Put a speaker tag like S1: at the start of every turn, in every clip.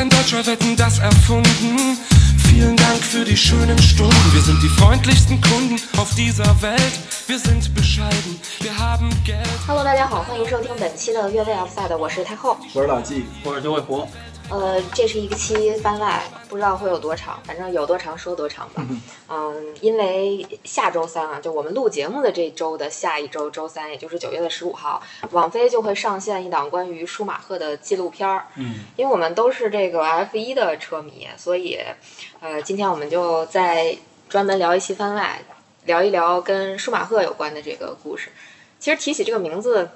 S1: Leuten das erfunden. Vielen Dank für die schönen Stunden. Wir sind die freundlichsten Kunden auf dieser Welt. Wir sind bescheiden, wir haben Geld.
S2: Hello，大家好，欢迎收听本期的越位 Outside，我是太后。
S3: 我是老纪，
S4: 或者就会红。
S2: 呃，这是一期番外，不知道会有多长，反正有多长说多长吧。嗯，因为下周三啊，就我们录节目的这周的下一周周三，也就是九月的十五号，网飞就会上线一档关于舒马赫的纪录片儿。
S4: 嗯，
S2: 因为我们都是这个 F 1的车迷，所以呃，今天我们就再专门聊一期番外，聊一聊跟舒马赫有关的这个故事。其实提起这个名字，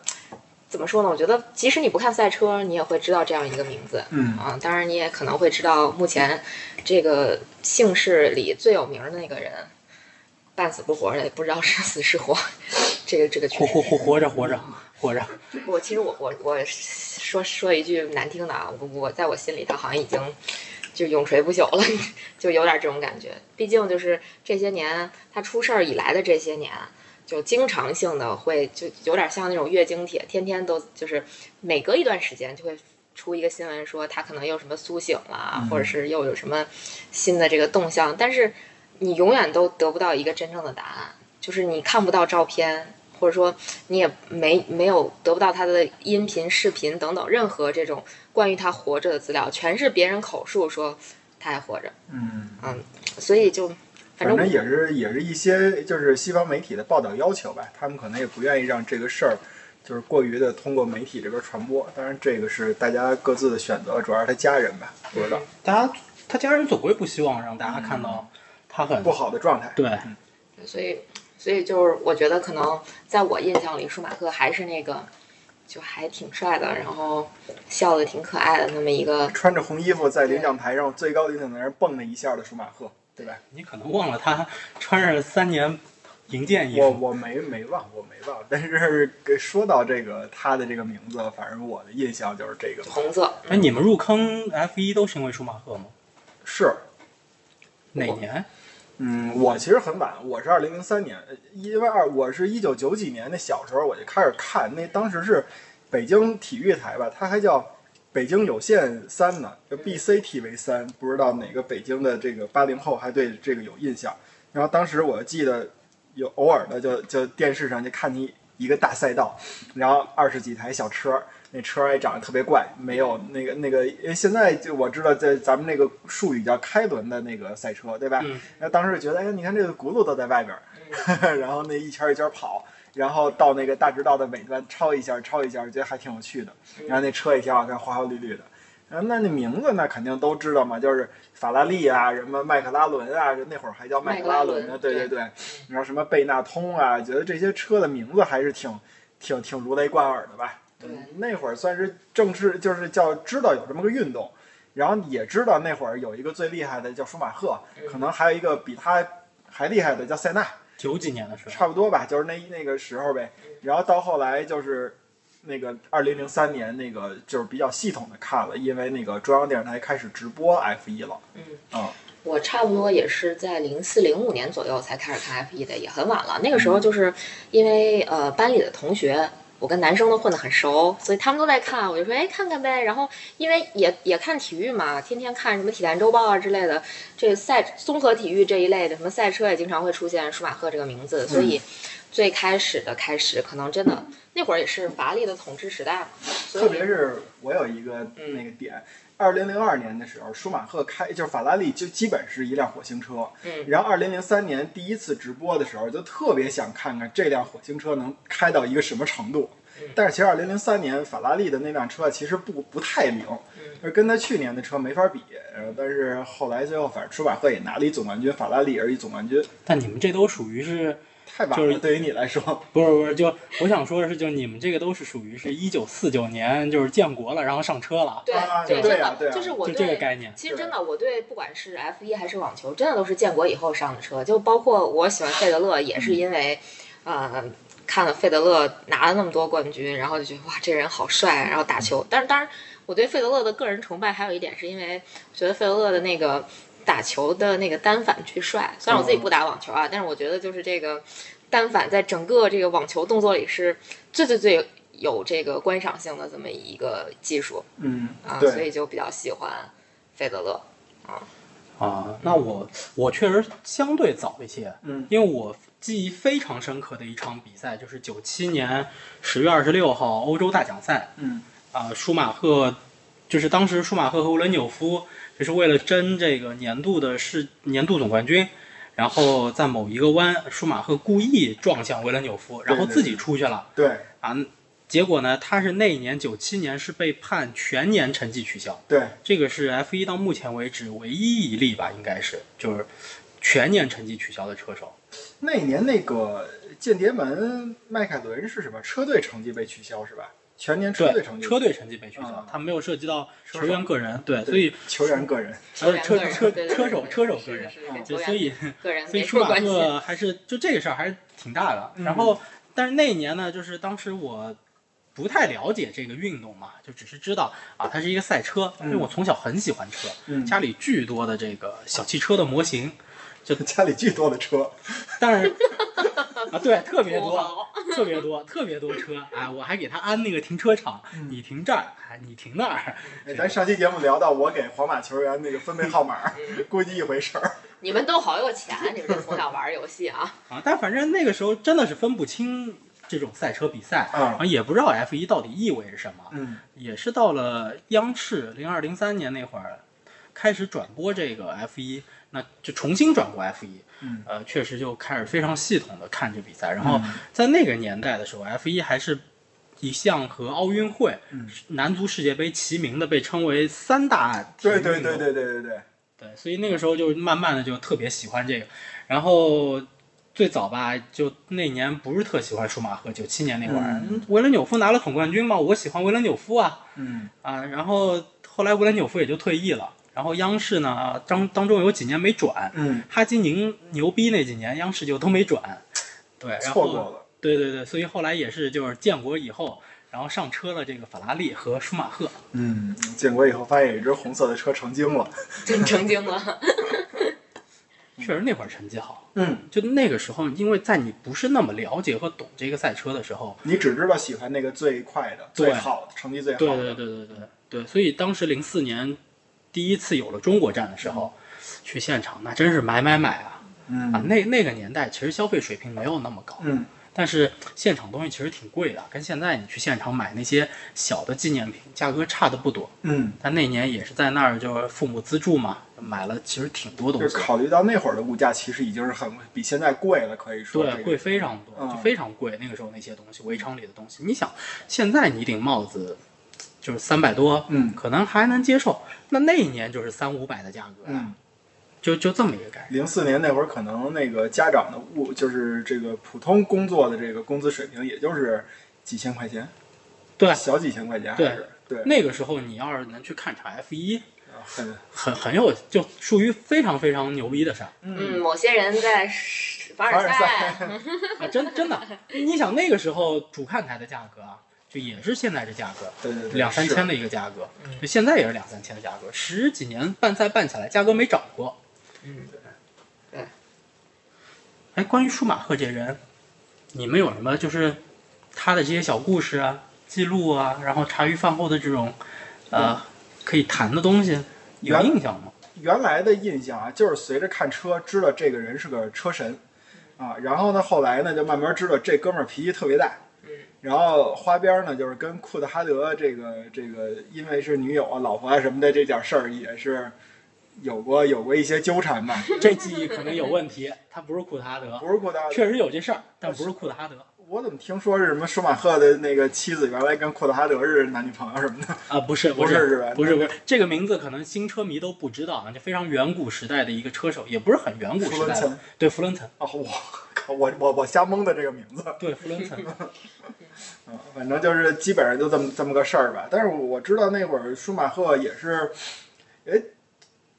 S2: 怎么说呢？我觉得即使你不看赛车，你也会知道这样一个名字。
S4: 嗯
S2: 啊，当然你也可能会知道，目前这个姓氏里最有名儿的那个人，半死不活的，也不知道是死是活。这个这个确
S4: 活
S2: 实
S4: 活活活着活着活着，
S2: 我其实我我我说说一句难听的啊，我我在我心里他好像已经就永垂不朽了， 就有点这种感觉。毕竟就是这些年他出事儿以来的这些年，就经常性的会就有点像那种月经帖，天天都就是每隔一段时间就会。出一个新闻说他可能又什么苏醒了，啊或者是又有什么新的这个动向，但是你永远都得不到一个真正的答案，就是你看不到照片，或者说你也没没有得不到他的音频、视频等等任何这种关于他活着的资料，全是别人口述说他还活着，
S3: 嗯，
S2: 所以就反
S3: 反
S2: 正
S3: 正也是也是一些就是西方媒体的报道要求吧，他们可能也不愿意让这个事儿就是过于的通过媒体这边传播。当然，这个是大家各自的选择，主要是他家人吧，不知道
S4: 大家他家人总归不希望让大家看到他很
S3: 不好的状态。
S4: 对，
S2: 所以所以就是我觉得可能在我印象里，舒马克还是那个就还挺帅的，然后笑的挺可爱的那么一个
S3: 穿着红衣服在领奖台上最高领奖台上蹦了一下的舒马赫，对吧？
S4: 你可能忘了他穿着三年银剑衣
S3: 我
S4: 服，
S3: 我没没忘，我没忘。但是给说到这个他的这个名字，反正我的印象就是这个
S2: 红色，
S4: 哎，你们入坑 F 一都是因为舒马赫吗？
S3: 是
S4: 哪年？
S3: 嗯，我其实很晚，我是二零零三年，呃因为二我是一九九几年的小时候我就开始看，那当时是北京体育台吧，它还叫北京有线三呢，就 BCTV 三，不知道哪个北京的这个八零后还对这个有印象。然后当时我记得有偶尔的就就电视上就看你一个大赛道，然后二十几台小车，那车还长得特别怪，没有那个那个，因为现在就我知道在咱们那个术语叫开轮的那个赛车，对吧？
S4: 嗯
S3: 那当时就觉得，哎，你看这个轱辘都在外边儿， 然后那一圈儿一圈儿跑，然后到那个大直道的尾端超一下，超一下，觉得还挺有趣的。
S2: 嗯
S3: 然后那车也挺好看，花花绿绿的。然后那那名字那肯定都知道嘛，就是法拉利啊，什么迈克拉伦啊，那会儿还叫迈克拉伦
S2: 迈克拉
S3: 呢，
S2: 伦
S3: 对
S2: 对
S3: 对对。然后什么贝纳通啊，觉得这些车的名字还是挺挺挺如雷贯耳的吧。
S2: 对
S3: 嗯，那会儿算是正式，就是叫知道有这么个运动，然后也知道那会儿有一个最厉害的叫舒马赫，可能还有一个比他还厉害的叫塞纳，
S4: 九几年的时候，
S3: 差不多吧，就是那那个时候呗。然后到后来就是那个二零零三年那个就是比较系统的看了，因为那个中央电视台开始直播 F 一了。
S2: 嗯。
S3: 啊、
S2: 我差不多也是在零四零五年左右才开始看 F 1的，也很晚了。那个时
S3: 嗯
S2: 候就是因为呃班里的同学，我跟男生都混得很熟，所以他们都在看，我就说哎看看呗。然后因为也也看体育嘛，天天看什么《体坛周报》啊之类的，这赛综合体育这一类的什么赛车也经常会出现舒马赫这个名字，所
S3: 嗯
S2: 以最开始的开始可能真的那会儿也是法拉利的统治时代嘛，所以
S3: 特别是我有一个
S2: 嗯
S3: 那个点，二零零二年的时候，舒马赫开就是法拉利就基本是一辆火星车。
S2: 嗯
S3: 然后二零零三年第一次直播的时候，就特别想看看这辆火星车能开到一个什么程度。
S2: 嗯
S3: 但是其实二零零三年法拉利的那辆车其实不不太灵，
S2: 嗯
S3: 就是跟他去年的车没法比。然后但是后来最后反正舒马赫也拿了一总冠军，法拉利也是一总冠军，
S4: 但你们这都属于是
S3: 太晚了、
S4: 就是
S3: 对于你来说。
S4: 不是不是就我想说的是，就是你们这个都是属于是一九四九年就是建国了，然后上车了，
S2: 对
S3: 啊
S2: 对，
S3: 对
S2: 真
S3: 啊对
S2: 的
S3: 啊
S2: 就是我
S4: 就
S2: 对
S4: 这个概念。
S2: 其实真的，我对不管是 F 一还是网球，真的都是建国以后上的车。就包括我喜欢费德勒，也
S4: 嗯
S2: 是因为，呃，看了费德勒拿了那么多冠军，然后就觉得哇，这人好帅，啊然后
S4: 嗯
S2: 打球。但是当然，我对费德勒的个人崇拜还有一点，是因为我觉得费德勒的那个打球的那个单反巨帅。虽然我自己
S4: 嗯
S2: 不打网球啊，但是我觉得就是这个单反在整个这个网球动作里是最最最有这个观赏性的这么一个技术。
S3: 嗯
S2: 啊，所
S3: 对，
S2: 以就比较喜欢费德勒。
S4: 啊，那我我确实相对早一些，
S3: 嗯，
S4: 因为我记忆非常深刻的一场比赛就是九七年十月二十六号欧洲大奖赛，
S3: 嗯
S4: 啊，舒马赫就是当时舒马赫和乌伦纽夫就是为了争这个年度的世年度总冠军，然后在某一个弯，舒马赫故意撞向维伦纽夫，然后自己出去了
S3: 对
S4: 啊。结果呢，他是那一年九七年是被判全年成绩取消，
S3: 对，
S4: 这个是 F 一到目前为止唯一一例吧，应该是就是全年成绩取消的车手。
S3: 那年那个《间谍门》，迈凯伦是什么？车队成绩被取消是吧？全年车队
S4: 对
S3: 成，绩，
S4: 车队成绩被取消
S3: 啊，
S4: 他没有涉及到
S3: 车
S4: 球员
S3: 手
S4: 个人，对，
S3: 对
S4: 所以
S3: 球员个人，
S4: 呃
S2: 两
S4: 车
S2: 个人
S4: 车
S2: 对对对
S4: 车手
S2: 对
S4: 车手
S2: 是
S4: 个人，
S2: 是是跟
S4: 就
S2: 球
S4: 所
S2: 员
S4: 以
S2: 个人
S4: 所以
S2: 没
S4: 舒
S2: 说
S4: 马
S2: 关系。
S4: 赫还是就这个事儿还是挺大的。
S3: 嗯
S4: 然后，但是那一年呢，就是当时我不太了解这个运动嘛，就只是知道啊，它是一个赛车，因为
S2: 嗯
S4: 我从小很喜欢车，
S3: 嗯
S4: 家里巨多的这个小汽车的模型，
S3: 家里巨多的车，
S4: 但是啊，对，特别多，
S2: 哇哦
S4: 特别多，特别多车啊，我还给他安那个停车场，
S2: 嗯
S4: 你停这儿，哎，你停那儿，
S3: 哎咱上期节目聊到我给皇马球员那个分配号
S4: 嗯
S3: 码，估计一回事儿。
S2: 你们都好有钱，你们这从小玩游戏啊，
S4: 啊，但反正那个时候真的是分不清这种赛车比赛，
S3: 嗯
S4: 然后也不知道 F 一到底意味着什么。
S3: 嗯，
S4: 也是到了央视零二零三年那会儿，开始转播这个 F 一，那就重新转播 F 一。
S3: 嗯，
S4: 呃，确实就开始非常系统的看这比赛。然后在那个年代的时候，F 一还是一项和奥运会、
S3: 嗯
S4: 男足世界杯齐名的，被称为三大体育
S3: 对对
S4: 运动
S3: 对对对对对，
S4: 对，所以那个时候就慢慢的就特别喜欢这个，然后最早吧，就那年不是特喜欢舒马赫，九七年那会儿，
S3: 嗯
S4: 维伦纽夫拿了总冠军嘛，我喜欢维伦纽夫啊
S3: 嗯
S4: 啊，然后后来维伦纽夫也就退役了，然后央视呢啊当当中有几年没转，
S3: 嗯，
S4: 哈基宁牛逼那几年央视就都没转，对，然后
S3: 错过了。
S4: 对对对，所以后来也是就是建国以后，然后上车了这个法拉利和舒马赫，
S3: 嗯，建国以后发现有一只红色的车成精了。
S2: 真成精了。
S4: 确实那会儿成绩好。
S3: 嗯，
S4: 就那个时候，因为在你不是那么了解和懂这个赛车的时候，
S3: 你只知道喜欢那个最快的、
S4: 对
S3: 最好的、成绩最好
S4: 对
S3: 的。
S4: 对对对对对，所以当时零四年第一次有了中国站的时候，去现场那真是买买买啊啊！
S3: 嗯
S4: 那那个年代其实消费水平没有那么高，
S3: 嗯，
S4: 但是现场东西其实挺贵的，跟现在你去现场买那些小的纪念品价格差的不多。
S3: 嗯，
S4: 但那年也是在那儿，就是父母资助嘛，买了其实挺多东
S3: 就
S4: 西
S3: 是
S4: 的。
S3: 考虑到那会儿的物价，其实已经是很比现在贵了，可以说这
S4: 对，
S3: 个
S4: 贵非常多，
S3: 嗯
S4: 就非常贵。那个时候那些东西，围场里的东西，你想，现在你一顶帽子就是三百多，
S3: 嗯
S4: 可能还能接受。那那一年就是三五百的价格，
S3: 嗯，
S4: 就就这么一个概念。
S3: 零四年那会儿，可能那个家长的物就是这个普通工作的这个工资水平，也就是几千块钱，
S4: 对，
S3: 小几千块钱还
S4: 对
S3: 是对，
S4: 那个时候你要是能去看场 F 一，
S3: 很
S4: 很很有，就属于非常非常牛逼的事儿
S2: 嗯，某些人在凡
S3: 凡
S2: 尔
S3: 尔
S2: 赛，
S3: 赛，
S4: 啊！真真的，你想那个时候主看台的价格啊，就也是现在这价格。
S3: 对对对，
S4: 两三
S3: 是嗯
S4: 千的一个价格，就现在也是两三千的价格，十几年办赛办起来，价格没涨过。
S2: 嗯，
S4: 哎，关于舒马赫这人，你们有什么就是他的这些小故事啊、记录啊，然后茶余饭后的这种呃可以谈的东西，有
S3: 嗯原
S4: 印象吗？
S3: 原来的印象啊，就是随着看车知道这个人是个车神，啊，然后呢，后来呢就慢慢知道这哥们儿脾气特别大，然后花边儿呢就是跟库德哈德这个这个因为是女友啊、老婆啊什么的这点事儿也是有过有过一些纠缠吧，
S4: 这记忆可能有问题，他不是库塔德，
S3: 不是库德哈德，
S4: 确实有这事儿，但啊不是库塔德
S3: 我怎么听说是什么舒马赫的那个妻子原来跟库德哈德是男女朋友什么的？
S4: 啊，不是
S3: 不是
S4: 是
S3: 是吧
S4: 不是不是，这个名字可能新车迷都不知道啊，就非常远古时代的一个车手，也不是很远古时代
S3: 弗伦
S4: 的
S3: 岑，
S4: 对弗伦岑，
S3: 啊，我靠，我我我瞎蒙的这个名字。
S4: 对弗伦岑，
S3: 嗯，反正就是基本上就这么这么个事儿吧。但是我知道那会儿舒马赫也是，哎，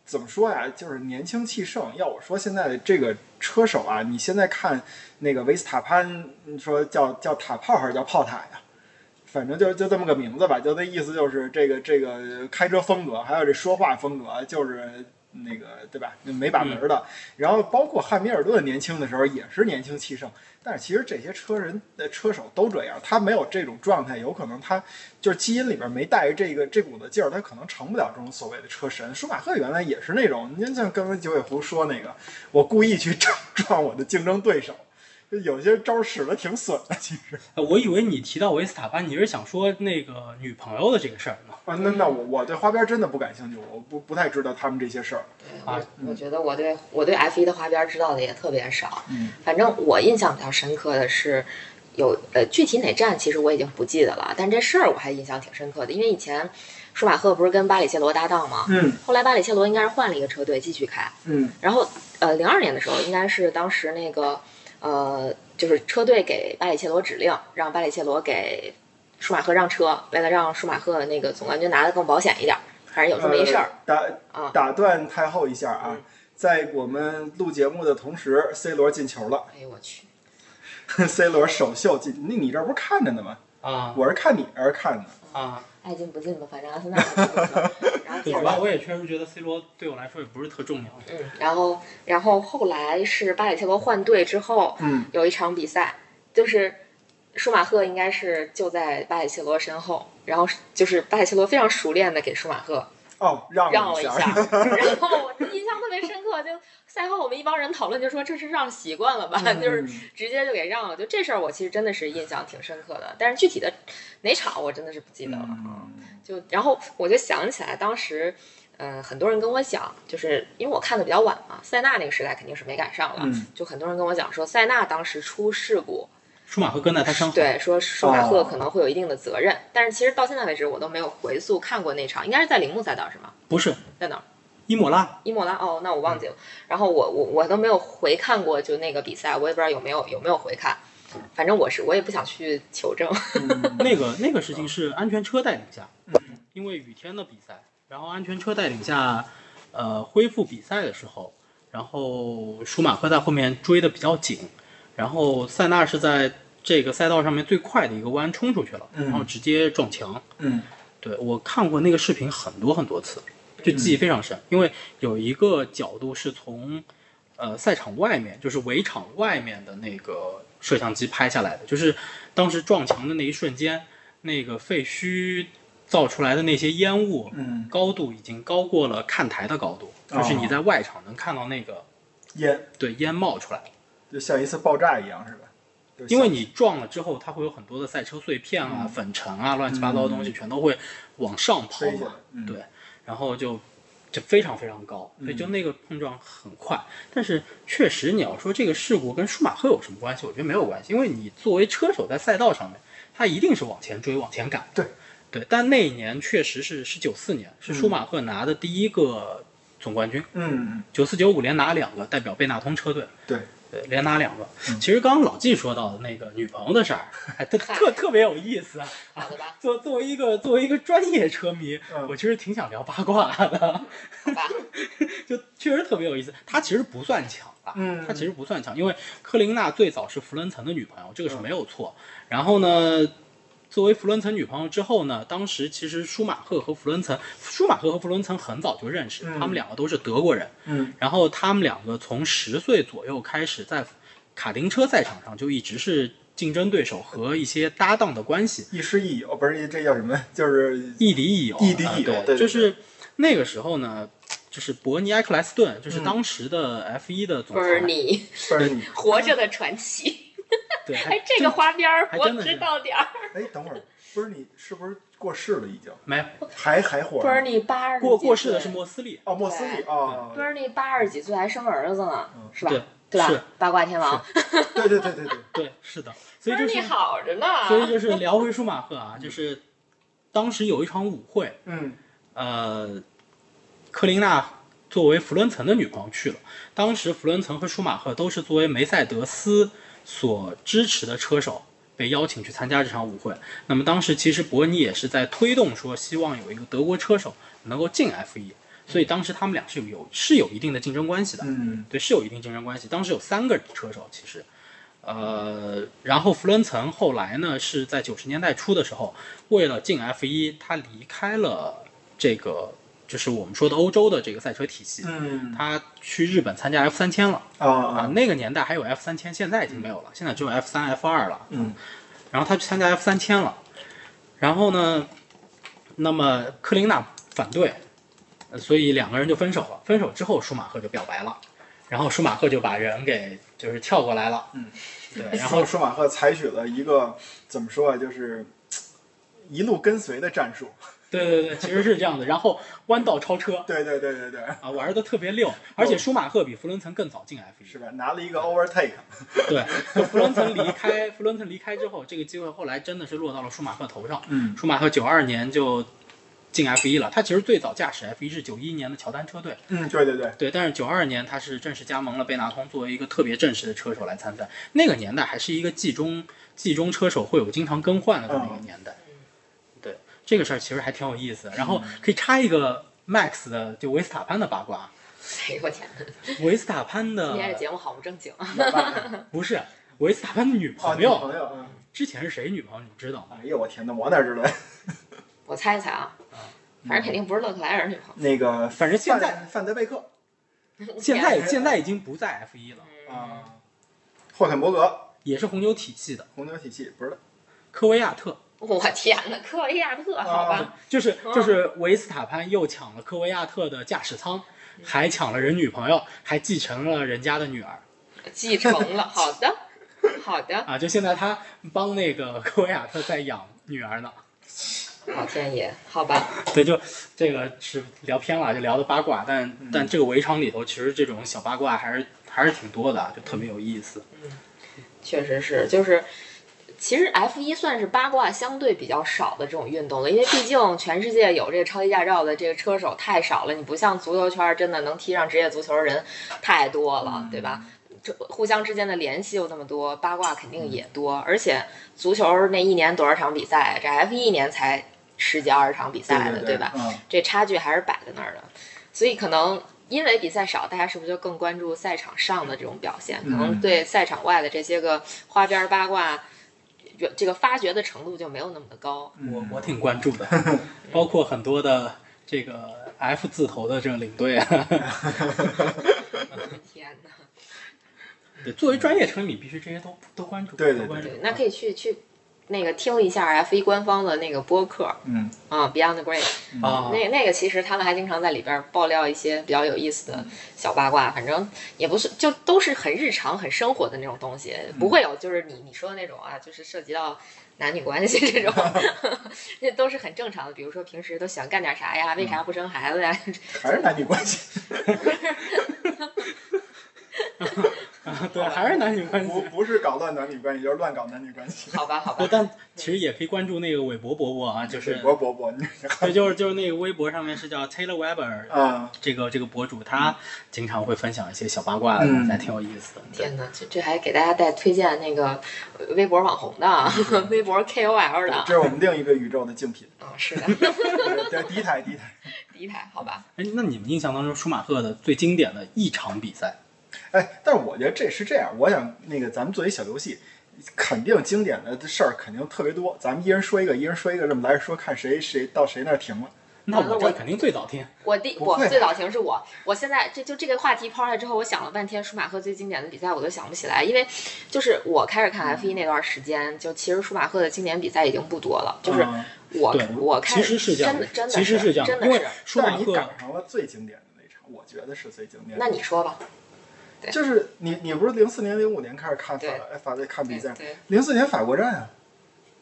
S3: 怎么说呀？就是年轻气盛。要我说，现在这个车手啊，你现在看那个维斯塔潘，你说叫叫塔炮还是叫炮塔呀？反正就就这么个名字吧，就那意思就是这个这个开车风格，还有这说话风格，就是那个对吧？没把门儿的。然后包括汉密尔顿年轻的时候也是年轻气盛，但是其实这些车人呃车手都这样，他没有这种状态，有可能他就是基因里边没带着这个这股子劲儿，他可能成不了这种所谓的车神。舒马赫原来也是那种，您像刚才九尾狐说那个，我故意去 撞撞我的竞争对手。就有些招儿使的挺损的，其实
S4: 呃我以为你提到维斯塔潘，你是想说那个女朋友的这个事儿呢？
S3: 啊，那那我我对花边真的不感兴趣，我不不太知道他们这些事儿。
S4: 啊
S2: 我我觉得我对我对 F 一的花边知道的也特别少，
S3: 嗯
S2: 反正我印象比较深刻的是有呃具体哪站其实我已经不记得了，但这事儿我还印象挺深刻的，因为以前舒马赫不是跟巴里切罗搭档吗？
S3: 嗯
S2: 后来巴里切罗应该是换了一个车队继续开，
S3: 嗯
S2: 然后呃，零二年的时候，应该是当时那个呃，就是车队给巴里切罗指令，让巴里切罗给舒马赫让车，为了让舒马赫那个总冠军拿的更保险一点儿，反正有这么一事儿、
S3: 呃打
S2: 啊。嗯
S3: 打断太后一下啊，在我们录节目的同时，C 罗进球了
S2: 哎呦我去，
S3: ，C 罗首秀进，那你这不是看着呢吗？
S4: 啊
S3: 我是看你而看的，
S4: 啊！
S2: 爱进不进吧，反正阿森纳拿进了。然后接
S4: 对
S2: 着
S4: 吧？
S2: 说，
S4: 我也确实觉得 C 罗对我来说也不是特重要。
S2: 嗯，然后然后后来是巴里切罗换队之后，
S3: 嗯，
S2: 有一场比赛，就是舒马赫应该是就在巴里切罗身后，然后就是巴里切罗非常熟练的给舒马赫
S3: 哦，让
S2: 让
S3: 我
S2: 了一
S3: 下，
S2: 下，然后我就印象特别深刻，就赛后我们一帮人讨论，就说这是让习惯了吧，
S3: 嗯
S2: 就是直接就给让了，就这事儿我其实真的是印象挺深刻的，但是具体的哪场我真的是不记得了。
S3: 嗯
S2: 就然后我就想起来当时，嗯、很多人跟我讲，就是因为我看的比较晚嘛，塞纳那个时代肯定是没赶上了，
S3: 嗯
S2: 就很多人跟我讲说塞纳当时出事故，
S4: 舒马赫跟在他身后，
S2: 对，说舒马
S3: 哦
S2: 赫可能会有一定的责任，但是其实到现在为止我都没有回溯看过那场，应该是在铃木赛道是吗？
S4: 不是
S2: 在哪儿？
S4: 伊莫拉，
S2: 伊莫拉哦，那我忘记了。然后我我我都没有回看过就那个比赛，我也不知道有没有有没有回看。反正我是我也不想去求证。
S4: 嗯那个那个事情是安全车带领下，因为雨天的比赛，然后安全车带领下，呃，恢复比赛的时候，然后舒马赫在后面追的比较紧，然后塞纳是在这个赛道上面最快的一个弯冲出去了，
S3: 嗯
S4: 然后直接撞墙。
S3: 嗯
S4: 对我看过那个视频很多很多次，就
S3: 嗯
S4: 记忆非常深，因为有一个角度是从呃赛场外面，就是围场外面的那个摄像机拍下来的，就是当时撞墙的那一瞬间，那个废墟造出来的那些烟雾，
S3: 嗯，哦
S4: 高度已经高过了看台的高度，就是你在外场能看到那个
S3: 烟
S4: 对烟冒出来，
S3: 就像一次爆炸一样是吧？就是
S4: 因为你撞了之后，它会有很多的赛车碎片
S3: 嗯
S4: 啊、粉尘啊、乱七八糟的东西全都会往上抛
S3: 飞起来
S4: 嘛。，
S3: 嗯嗯
S4: 对，然后就就非常非常高，所以就那个碰撞很快。但是确实，你要说这个事故跟舒马赫有什么关系，我觉得没有关系，因为你作为车手在赛道上面，他一定是往前追、往前赶。
S3: 对，
S4: 对。但那一年确实是是九四年，是舒马赫拿的第一个总冠军，
S3: 嗯
S4: 九四九五连拿两个，代表贝纳通车队。
S3: 对，
S4: 对，连拿两个。
S3: 嗯
S4: 其实刚刚老纪说到的那个女朋友的事儿，还特特特别有意思啊。
S2: 好的 吧，
S4: 作作为一个作为一个专业车迷，
S3: 嗯
S4: 我其实挺想聊八卦的，
S2: 好吧，
S4: 就确实特别有意思。她其实不算强吧，
S3: 嗯
S4: 她其实不算强，因为科林娜最早是弗伦岑的女朋友，这个是
S3: 嗯
S4: 没有错。然后呢，作为弗伦岑女朋友之后呢，当时其实舒马赫和弗伦岑，舒马赫和弗伦岑很早就认识，
S3: 嗯
S4: 他们两个都是德国人。
S3: 嗯
S4: 然后他们两个从十岁左右开始在卡丁车赛场上就一直是竞争对手和一些搭档的关系，
S3: 亦师亦友，不是这叫什么？就是
S4: 亦敌亦友，
S3: 亦敌
S4: 啊
S3: 亦友对对
S4: 对，就
S3: 对
S4: 是那个时候呢，就是伯尼埃克莱斯顿，就是当时的 F 一的
S2: 嗯
S4: 总
S2: 不
S4: 裁，
S2: 是你
S3: 不是你
S2: 活着的传奇。
S4: 对，还
S2: 哎，这
S4: 真
S2: 个花边儿
S4: 还
S2: 我
S4: 真的是
S2: 知道点儿。
S3: 哎，等会儿不是你是不是过世了已经？
S4: 没有
S3: 还还活着？
S2: 不是你八十
S4: 过过世的
S2: 哎
S4: 是莫斯利，
S3: 哦，莫斯利哦，
S2: 不是你八十几岁还生儿子呢，是吧
S4: 嗯对？
S2: 吧
S4: 是？
S2: 八卦天王，
S3: 对对对对对，
S4: 对，是的，所
S2: 不是
S4: 以就
S2: 你
S4: 是
S2: 好啊着呢。
S4: 所以就是聊回舒马赫啊，就是当时有一场舞会，
S3: 嗯
S4: 呃，科琳娜作为弗伦岑的女朋友去了。当时弗伦岑和舒马赫都是作为梅赛德斯所支持的车手被邀请去参加这场舞会。那么当时其实伯尼也是在推动说，希望有一个德国车手能够进 F 1所以当时他们俩是有有是有一定的竞争关系的。
S3: 嗯
S4: 对，是有一定竞争关系。当时有三个车手，其实，呃，然后弗伦岑后来呢是在九十年代初的时候，为了进 F 一，他离开了这个就是我们说的欧洲的这个赛车体系，
S3: 嗯
S4: 他去日本参加 F 三千了
S3: 啊
S4: 啊，
S3: 啊，
S4: 那个年代还有 F 三千，现在已经没有了，现在只有 F 三、F 二了。
S3: 嗯
S4: 然后他去参加 F 三千了，然后呢，那么科林纳反对，呃所以两个人就分手了。分手之后，舒马赫就表白了，然后舒马赫就把人给就是跳过来了，
S3: 嗯，
S4: 对，然后
S3: 舒马赫采取了一个怎么说啊，就是一路跟随的战术。
S4: 对对对，其实是这样的，然后弯道超车
S3: 对对对对对，
S4: 啊，玩的特别溜，而且舒马赫比弗伦岑更早进 F 一，
S3: 哦是吧？拿了一个 overtake。
S4: 对，就弗伦岑离开，弗伦岑离开之后，这个机会后来真的是落到了舒马赫头上。
S3: 嗯
S4: 舒马赫九二年就进 F 一了，他其实最早驾驶 F 一是九一年的乔丹车队，
S3: 嗯，对对对，
S4: 对，但是九二年他是正式加盟了贝纳通，作为一个特别正式的车手来参赛。那个年代还是一个季中季中车手会有经常更换的这么一个年代。对，这个事儿其实还挺有意思的。然后可以插一个 Max 的就维斯塔潘的八卦，啊
S2: 哎呦我天哪，
S4: 维斯塔潘的
S2: 今天这节目好不正经啊！
S4: 不是维斯塔潘的女
S3: 哦，
S4: 朋
S3: 女
S4: 友，
S3: 朋友，嗯，
S4: 之前是谁女朋友你们知道吗？
S3: 哎呦我天呐，我哪知道？呀？
S2: 我猜一猜啊，
S4: 嗯
S2: 反正肯定不是勒克莱尔女朋
S3: 那个，
S4: 反正 现在
S3: 范范德贝克
S2: 友。
S4: 现在
S2: 天
S4: 现在已经不在 F 一了，
S2: 哪嗯，
S3: 啊，霍肯伯格，
S4: 也是红牛体系的
S3: 红牛体系不是
S4: 科维亚特，
S2: 我天哪，科维亚特好吧？
S4: 就是
S2: 哦
S4: 就是维斯塔潘又抢了科维亚特的驾驶舱，
S3: 嗯
S4: 还抢了人女朋友，还继承了人家的女儿
S2: 继承了，好的，好的。
S4: 啊！就现在他帮那个 科维亚特在养女儿呢。
S2: 老天爷，好吧，
S4: 对，就这个是聊偏了，就聊的八卦，但、
S3: 嗯
S4: 但这个围场里头，其实这种小八卦还是还是挺多的啊，就特别有意思。
S2: 确实是，就是。其实 F 一算是八卦相对比较少的这种运动了，因为毕竟全世界有这个超级驾照的这个车手太少了，你不像足球圈儿真的能踢上职业足球的人太多
S3: 嗯
S2: 了，对吧？这互相之间的联系又那么多，八卦肯定
S3: 嗯
S2: 也多，而且足球那一年多少场比赛，这 F 一年才十几二十场比赛
S3: 对
S2: 呢，
S3: 对
S2: 吧？？
S3: 嗯，
S2: 这差距还是摆在那儿的。所以可能因为比赛少，大家是不是就更关注赛场上的这种表现？可能对赛场外的这些个花边八卦，这个发掘的程度就没有那么的高。
S3: 嗯
S4: 我我挺 关注的，包括很多的这个 F 字头的这个领 队啊。
S2: 天哪！
S4: 对，作为专业车迷，必须这些都都关注，
S3: 对对
S4: 都关注
S2: 对，。那可以去去那个听一下 F 一官方的那个播客
S3: 嗯，
S2: 啊，Beyond the Great。
S4: 啊，
S2: 那那个其实他们还经常在里边爆料一些比较有意思的小八卦，反正也不是就都是很日常、很生活的那种东西，不会有就是你你说的那种啊，就是涉及到男女关系这种，那都是很正常的。比如说平时都喜欢干点啥呀？为啥不生孩子呀？
S3: 还是男女关系，
S4: 啊 对，还是男女关
S3: 不
S4: 系。
S3: 不是搞乱男女关系，就是乱搞男女关系。
S2: 好吧，好吧
S4: 不，，但其实也可以关注那个韦伯伯伯啊，就是
S3: 博博博，你
S4: 对，就是就是那个微博上面是叫 Taylor Weber
S3: 啊，
S4: 这个这个博主，他经常会分享一些小八卦的东西，
S3: 嗯
S4: 还挺有意思的。对
S2: 天哪，这这还给大家带推荐那个呃微博网红的啊， 微博 KOL 的
S3: 这是我们另一个宇宙的竞品，
S2: 啊，是的，
S3: 对，第一台第一台。
S2: 第一排，好吧，
S4: 哎，那你们印象当中舒马赫的最经典的一场比赛，
S3: 哎，但是我觉得这是这样，我想那个咱们做一小游戏，肯定经典的事儿肯定特别多，咱们一人说一个，一人说一个，这么来说，看谁谁到谁那儿停了。
S4: 那我
S2: 啊我
S4: 这肯定最早听。
S2: 我第
S3: 不
S2: 我
S3: 会
S2: 最早停是我，我现在这就这个话题抛出来之后，我想了半天，舒马赫最经典的比赛我都想不起来，因为就是我开始
S4: 嗯
S2: 看 F 一那段时间，就其实舒马赫的经典比赛已经不多了，就是
S3: 嗯
S2: 我
S4: 对
S2: 我开
S4: 其
S2: 始
S4: 实是这样
S2: 真的真的
S4: 其实
S2: 是
S4: 这样
S2: 真
S4: 的，
S2: 的
S4: 因为
S2: 是
S4: 舒
S3: 但
S4: 马
S3: 是你
S4: 赫
S3: 赶上了最经典的那场，我觉得是最经典的。
S2: 那你说吧，
S3: 就是你，你不是零四年、零五年开始看法
S2: 对
S3: 哎法队看比赛？
S2: 对，
S3: 零四年法国站啊，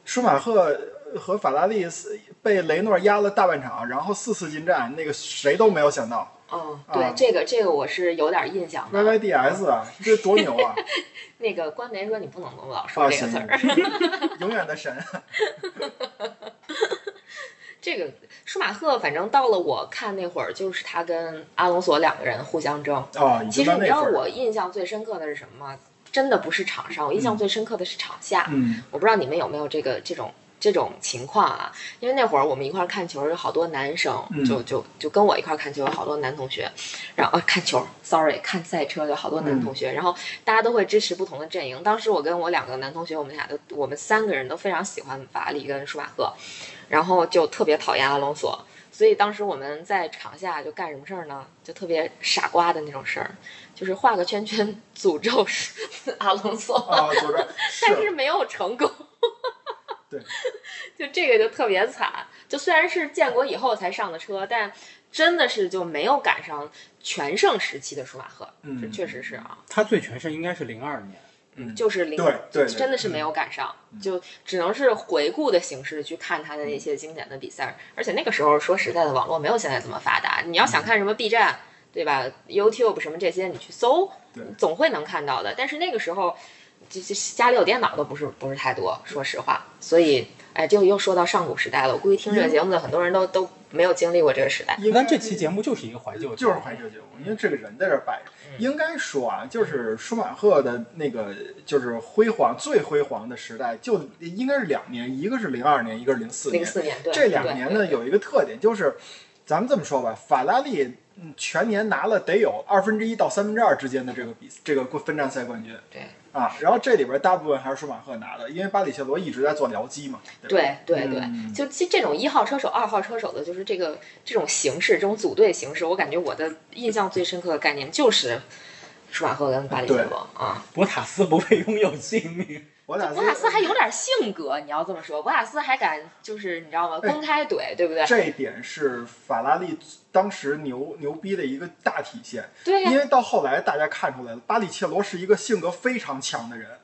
S3: 舒马赫和法拉利是被雷诺压了大半场，然后四次进站，那个谁都没有想到
S2: 嗯，
S3: 啊
S2: 对，这个这个我是有点印象的。
S3: ，YYDS 啊，这多牛啊！
S2: 那个官媒说你不能老
S3: 啊，
S2: 说 这
S3: 行
S2: 个词儿，，
S3: 永远的神。
S2: 这个舒马赫反正到了我看那会儿，就是他跟阿隆索两个人互相争，
S3: 哦，已
S2: 其
S3: 经
S2: 实
S3: 到
S2: 你
S3: 那
S2: 知道
S3: 份儿了。
S2: 我印象最深刻的是什么吗？真的不是场上，我印象最深刻的是场下。
S3: 嗯
S2: 我不知道你们有没有这个这种这种情况啊？因为那会儿我们一块儿看球，有好多男生，
S3: 嗯
S2: 就就就跟我一块儿看球，有好多男同学，然后、呃看球，sorry，看赛车有好多男同学，然后大家都会支持不同的阵营。当时我跟我两个男同学，我们俩都我们三个人都非常喜欢法拉利跟舒马赫，然后就特别讨厌阿隆索。所以当时我们在场下就干什么事儿呢？就特别傻瓜的那种事儿，就是画个圈圈诅咒 阿隆索，
S3: 啊，左边
S2: 但是没有成功。
S3: 对，
S2: 就这个就特别惨。就虽然是建国以后才上的车，但真的是就没有赶上全盛时期的舒马赫，
S3: 嗯
S2: 这确实是啊，
S4: 他最全盛应该是零二年，
S2: 就是零
S3: 对对，对嗯
S2: 真的是没有赶上，就只能是回顾的形式去看他的那些经典的比赛。而且那个时候说实在的，网络没有现在这么发达，你要
S3: 嗯
S2: 想看什么 B 站，对吧？YouTube 什么这些，你去搜
S3: 对，
S2: 总会能看到的。但是那个时候，这这家里有电脑都不是不是太多，说实话。所以，哎，这个又说到上古时代了。我估计听这
S3: 嗯
S2: 个节目的很多人都都没有经历过这个时代。
S3: 应该
S4: 但这期节目就是一个怀旧，
S3: 就是怀旧节目，因为这个人在这儿摆着。应该说啊，就是舒马赫的那个就是辉煌最辉煌的时代，就应该是两年，一个是零二年，一个是零四
S2: 零
S3: 年。
S2: 四年，对，
S3: 这两年呢，
S2: 对
S3: 有一个特点就是，咱们这么说吧，法拉利嗯全年拿了得有二分之一到三分之二之间的这个比这个分站赛冠军
S2: 对
S3: 啊，然后这里边大部分还是舒马赫拿的，因为巴里切罗一直在做僚机嘛，对吧？
S2: 对对对，
S3: 嗯
S2: 就其这种一号车手、二号车手的，就是这个这种形式，这种组队形式，我感觉我的印象最深刻的概念就是舒马赫跟巴里切罗啊。
S4: 博塔斯不配拥有姓名，
S3: 博塔
S2: 博塔斯还有点性格，你要这么说，博塔斯还敢就是你知道吗？
S3: 哎
S2: 公开怼，对不对？
S3: 这一点是法拉利当时牛牛逼的一个大体现，
S2: 对呀
S3: 因为到后来大家看出来了，巴里切罗是一个性格非常强的人。
S4: 嗯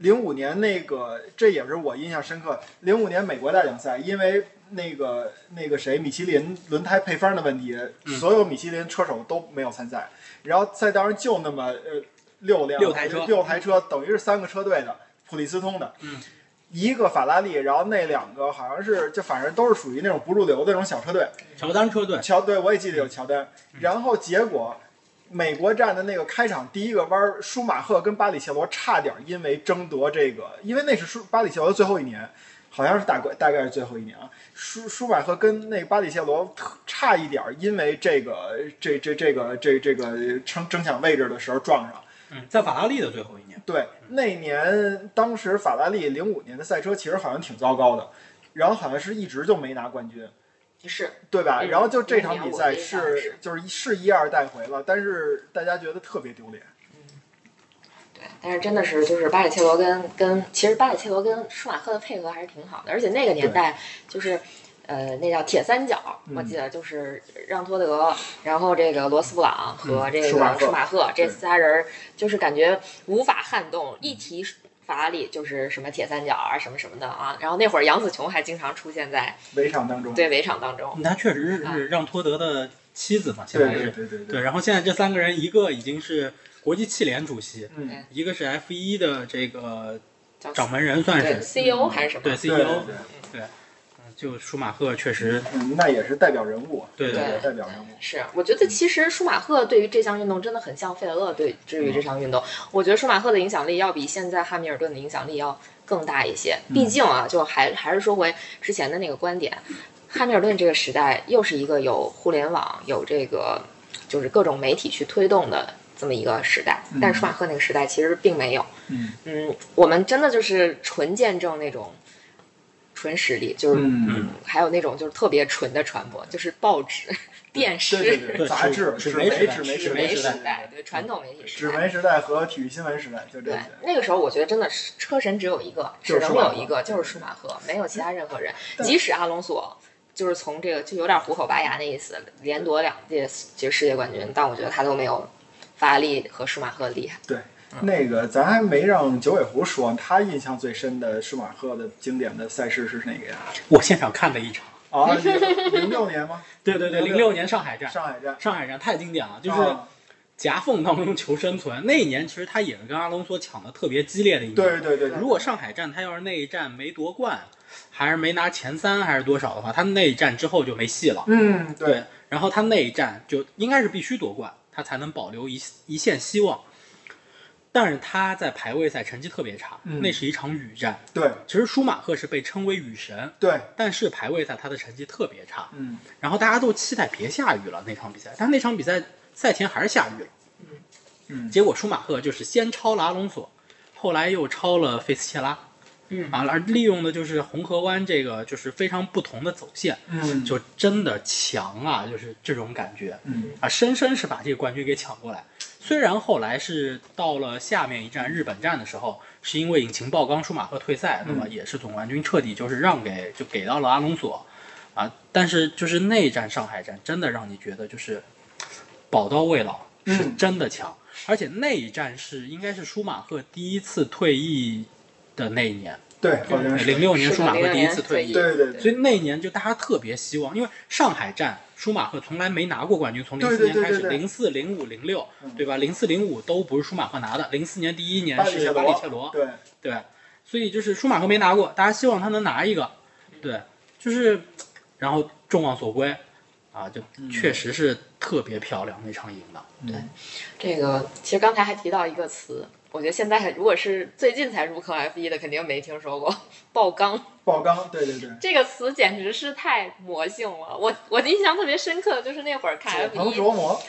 S3: 零五年那个，这也是我印象深刻。零五年美国大奖赛，因为那个那个谁，米其林轮胎配方的问题，
S4: 嗯
S3: 所有米其林车手都没有参赛。然后赛道上就那么呃六辆
S4: 六台车
S3: 六台车等于是三个车队的普利司通的，
S4: 嗯，
S3: 一个法拉利，然后那两个好像是就反正都是属于那种不入流的那种小车队。
S4: 乔丹车队，
S3: 乔，对我也记得有乔丹。然后结果，美国站的那个开场第一个弯儿，舒马赫跟巴里切罗差点因为争夺这个，因为那是舒巴里切罗的最后一年，好像是大概大概是最后一年啊。舒舒马赫跟那个巴里切罗特差一点因为这个这这这个这这个争争抢位置的时候撞上。
S4: 嗯，在法拉利的最后一年，
S3: 对，那年当时法拉利零五年的赛车其实好像挺糟糕的，然后好像是一直就没拿冠军。
S2: 是
S3: 对吧？
S2: 嗯
S3: 然后就这场
S2: 那
S3: 比
S2: 年我
S3: 赛
S2: 印象
S3: 是
S2: 是
S3: 就是一是一二带回了，但是大家觉得特别丢脸。
S2: 对，但是真的是就是巴里切罗跟跟其实巴里切罗跟舒马赫的配合还是挺好的，而且那个年代就是。呃，那叫铁三角，我记得就是让托德，然后这个罗斯布朗和这个
S3: 舒马赫
S2: 舒马赫这
S3: 对
S2: 仨人儿，就是感觉无法撼动。一提法拉利就是什么铁三角啊，什么什么的啊。然后那会儿杨紫琼还经常出现在
S3: 围场当中，
S2: 对围场当中，
S4: 他确实
S2: 啊
S4: 是让托德的妻子嘛，现在
S3: 对
S4: 是
S3: 对对对
S4: 对，，然后现在这三个人，一个已经是国际汽联主席，
S3: 嗯，
S4: 一个是 F 一的这个
S2: 叫
S4: 掌门人，算
S2: 对
S4: 是嗯
S2: CEO 还是什么？
S4: 对
S3: 对对
S4: CEO，
S3: 对，
S4: 嗯就舒马赫确实
S3: 嗯，那也是代表人物啊，
S4: 对
S2: 对
S3: 代表人物。
S2: 是，我觉得其实舒马赫对于这项运动真的很像费德勒对至
S3: 嗯
S2: 于这项运动，我觉得舒马赫的影响力要比现在汉密尔顿的影响力要更大一些。
S3: 嗯
S2: 毕竟啊，就还还是说回之前的那个观点，汉密尔顿这个时代又是一个有互联网、有这个就是各种媒体去推动的这么一个时代，但是舒马赫那个时代其实并没有。
S3: 嗯
S2: 嗯，我们真的就是纯见证那种纯实力，就是、
S3: 嗯，
S2: 还有那种就是特别纯的传播，就是报纸、电视。
S3: 对 对
S4: 对
S3: 杂志、
S4: 纸
S3: 纸
S4: 媒时
S3: 媒、
S4: 代
S3: 纸媒、
S4: 纸
S2: 纸
S4: 媒
S2: 媒
S4: 时
S2: 时
S4: 代
S2: 代，对传统媒体时
S3: 纸
S2: 代。
S3: 媒时代和体育新闻时代，就这
S2: 对
S3: 些。，
S2: 那个时候我觉得真的是车神只有一个，
S3: 就是
S2: 只
S3: 舒
S2: 能
S3: 马赫
S2: 有一个，就是舒马赫，没有其他任何人。即使阿隆索，就是从这个就有点虎口拔牙那意思，连夺两届这个世界冠军，但我觉得他都没有法拉利和舒马赫厉害。
S3: 对，
S4: 嗯
S3: 那个咱还没让九尾狐说，他印象最深的舒马赫的经典的赛事是哪个呀？
S4: 我现场看了一场，
S3: 啊，零六年 吗？
S4: 对对对，零六年上海站，
S3: 上海站，
S4: 上海站太经典了，就是
S3: 啊
S4: 夹缝当中求生存。那一年其实他也是跟阿隆索抢的特别激烈的一年。
S3: 对对对，对
S4: 如果上海站他要是那一站没夺冠，还是没拿前三还是多少的话，他那一站之后就没戏了。
S3: 嗯，对
S4: 对，然后他那一战就应该是必须夺冠，他才能保留一一线希望。但是他在排位赛成绩特别差，
S3: 嗯
S4: 那是一场雨战。
S3: 对
S4: 其实舒马赫是被称为雨神，
S3: 对，
S4: 但是排位赛他的成绩特别差，
S3: 嗯，
S4: 然后大家都期待别下雨了那场比赛，但那场比赛赛前还是下雨了。
S3: 嗯
S4: 结果舒马赫就是先超了阿隆索，后来又超了费斯切拉，
S2: 嗯
S4: 啊，而利用的就是红河湾这个就是非常不同的走线，
S3: 嗯
S4: 就真的强啊，就是这种感觉
S3: 嗯
S4: 啊，深深是把这个冠军给抢过来。虽然后来是到了下面一站日本站的时候，是因为引擎爆缸，舒马赫退赛，那么
S3: 嗯
S4: 也是总冠军彻底就是让给就给到了阿隆索啊，但是就是那一站上海站真的让你觉得就是宝刀未老，是
S3: 嗯
S4: 真的强。而且那一站是应该是舒马赫第一次退役的那一年，
S3: 对，好像是
S4: 零六年
S2: 是
S4: 舒
S2: 的06
S4: 马赫第一
S2: 年
S4: 次
S2: 退
S4: 退
S2: 役
S4: 役，
S3: 对对对
S4: 所以那一年就大家特别希望，因为上海站舒马赫从来没拿过冠军，从零
S3: 对
S4: 四
S3: 对
S4: 年开
S3: 对
S4: 始，
S3: 对对
S4: 零四、零五、零六
S3: 嗯，
S4: 对吧？零四、零五都不是舒马赫拿的，零四年第一年
S3: 巴里
S4: 是
S3: 切
S4: 巴里
S3: 罗
S4: 切罗，
S3: 对，
S4: 对，所以就是舒马赫没拿过，大家希望他能拿一个，对，就是然后众望所归啊，就
S3: 嗯
S4: 确实是特别漂亮那场赢的，
S2: 这个其实刚才还提到一个词，我觉得现在如果是最近才入坑 F 一的，肯定没听说过“爆缸
S3: 爆缸，对对对”，
S2: 这个词，简直是太魔性了。我我印象特别深刻的就是那会儿看
S3: 解
S2: F
S3: 藤
S2: 一，
S3: 琢磨，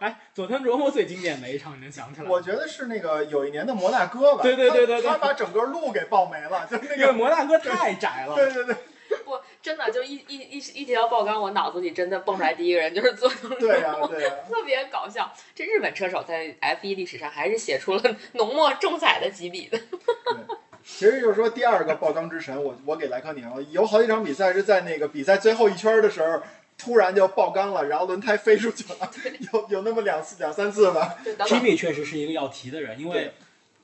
S4: 哎，佐藤琢磨最经典哪一场你能想起来吗？
S3: 我觉得是那个有一年的摩纳哥吧，
S4: 对对对对对
S3: 他他把整个路给爆没了，就是那
S4: 因为
S3: 个，
S4: 摩纳哥太窄了，
S3: 对对对
S2: 不，真的就一一一一提到爆缸，我脑子里真的蹦出来第一个人就是佐藤
S3: 对呀对啊呀，
S2: 特别搞笑。这日本车手在 F 一历史上还是写出了浓墨重彩的几笔的。
S3: 其实就是说，第二个爆缸之神，我我给莱科宁有好几场比赛是在那个比赛最后一圈的时候，突然就爆缸了，然后轮胎飞出去了，有有那么两次两三次吧。
S2: 就等等，
S4: Jimmy 确实是一个要提的人，因为
S3: 对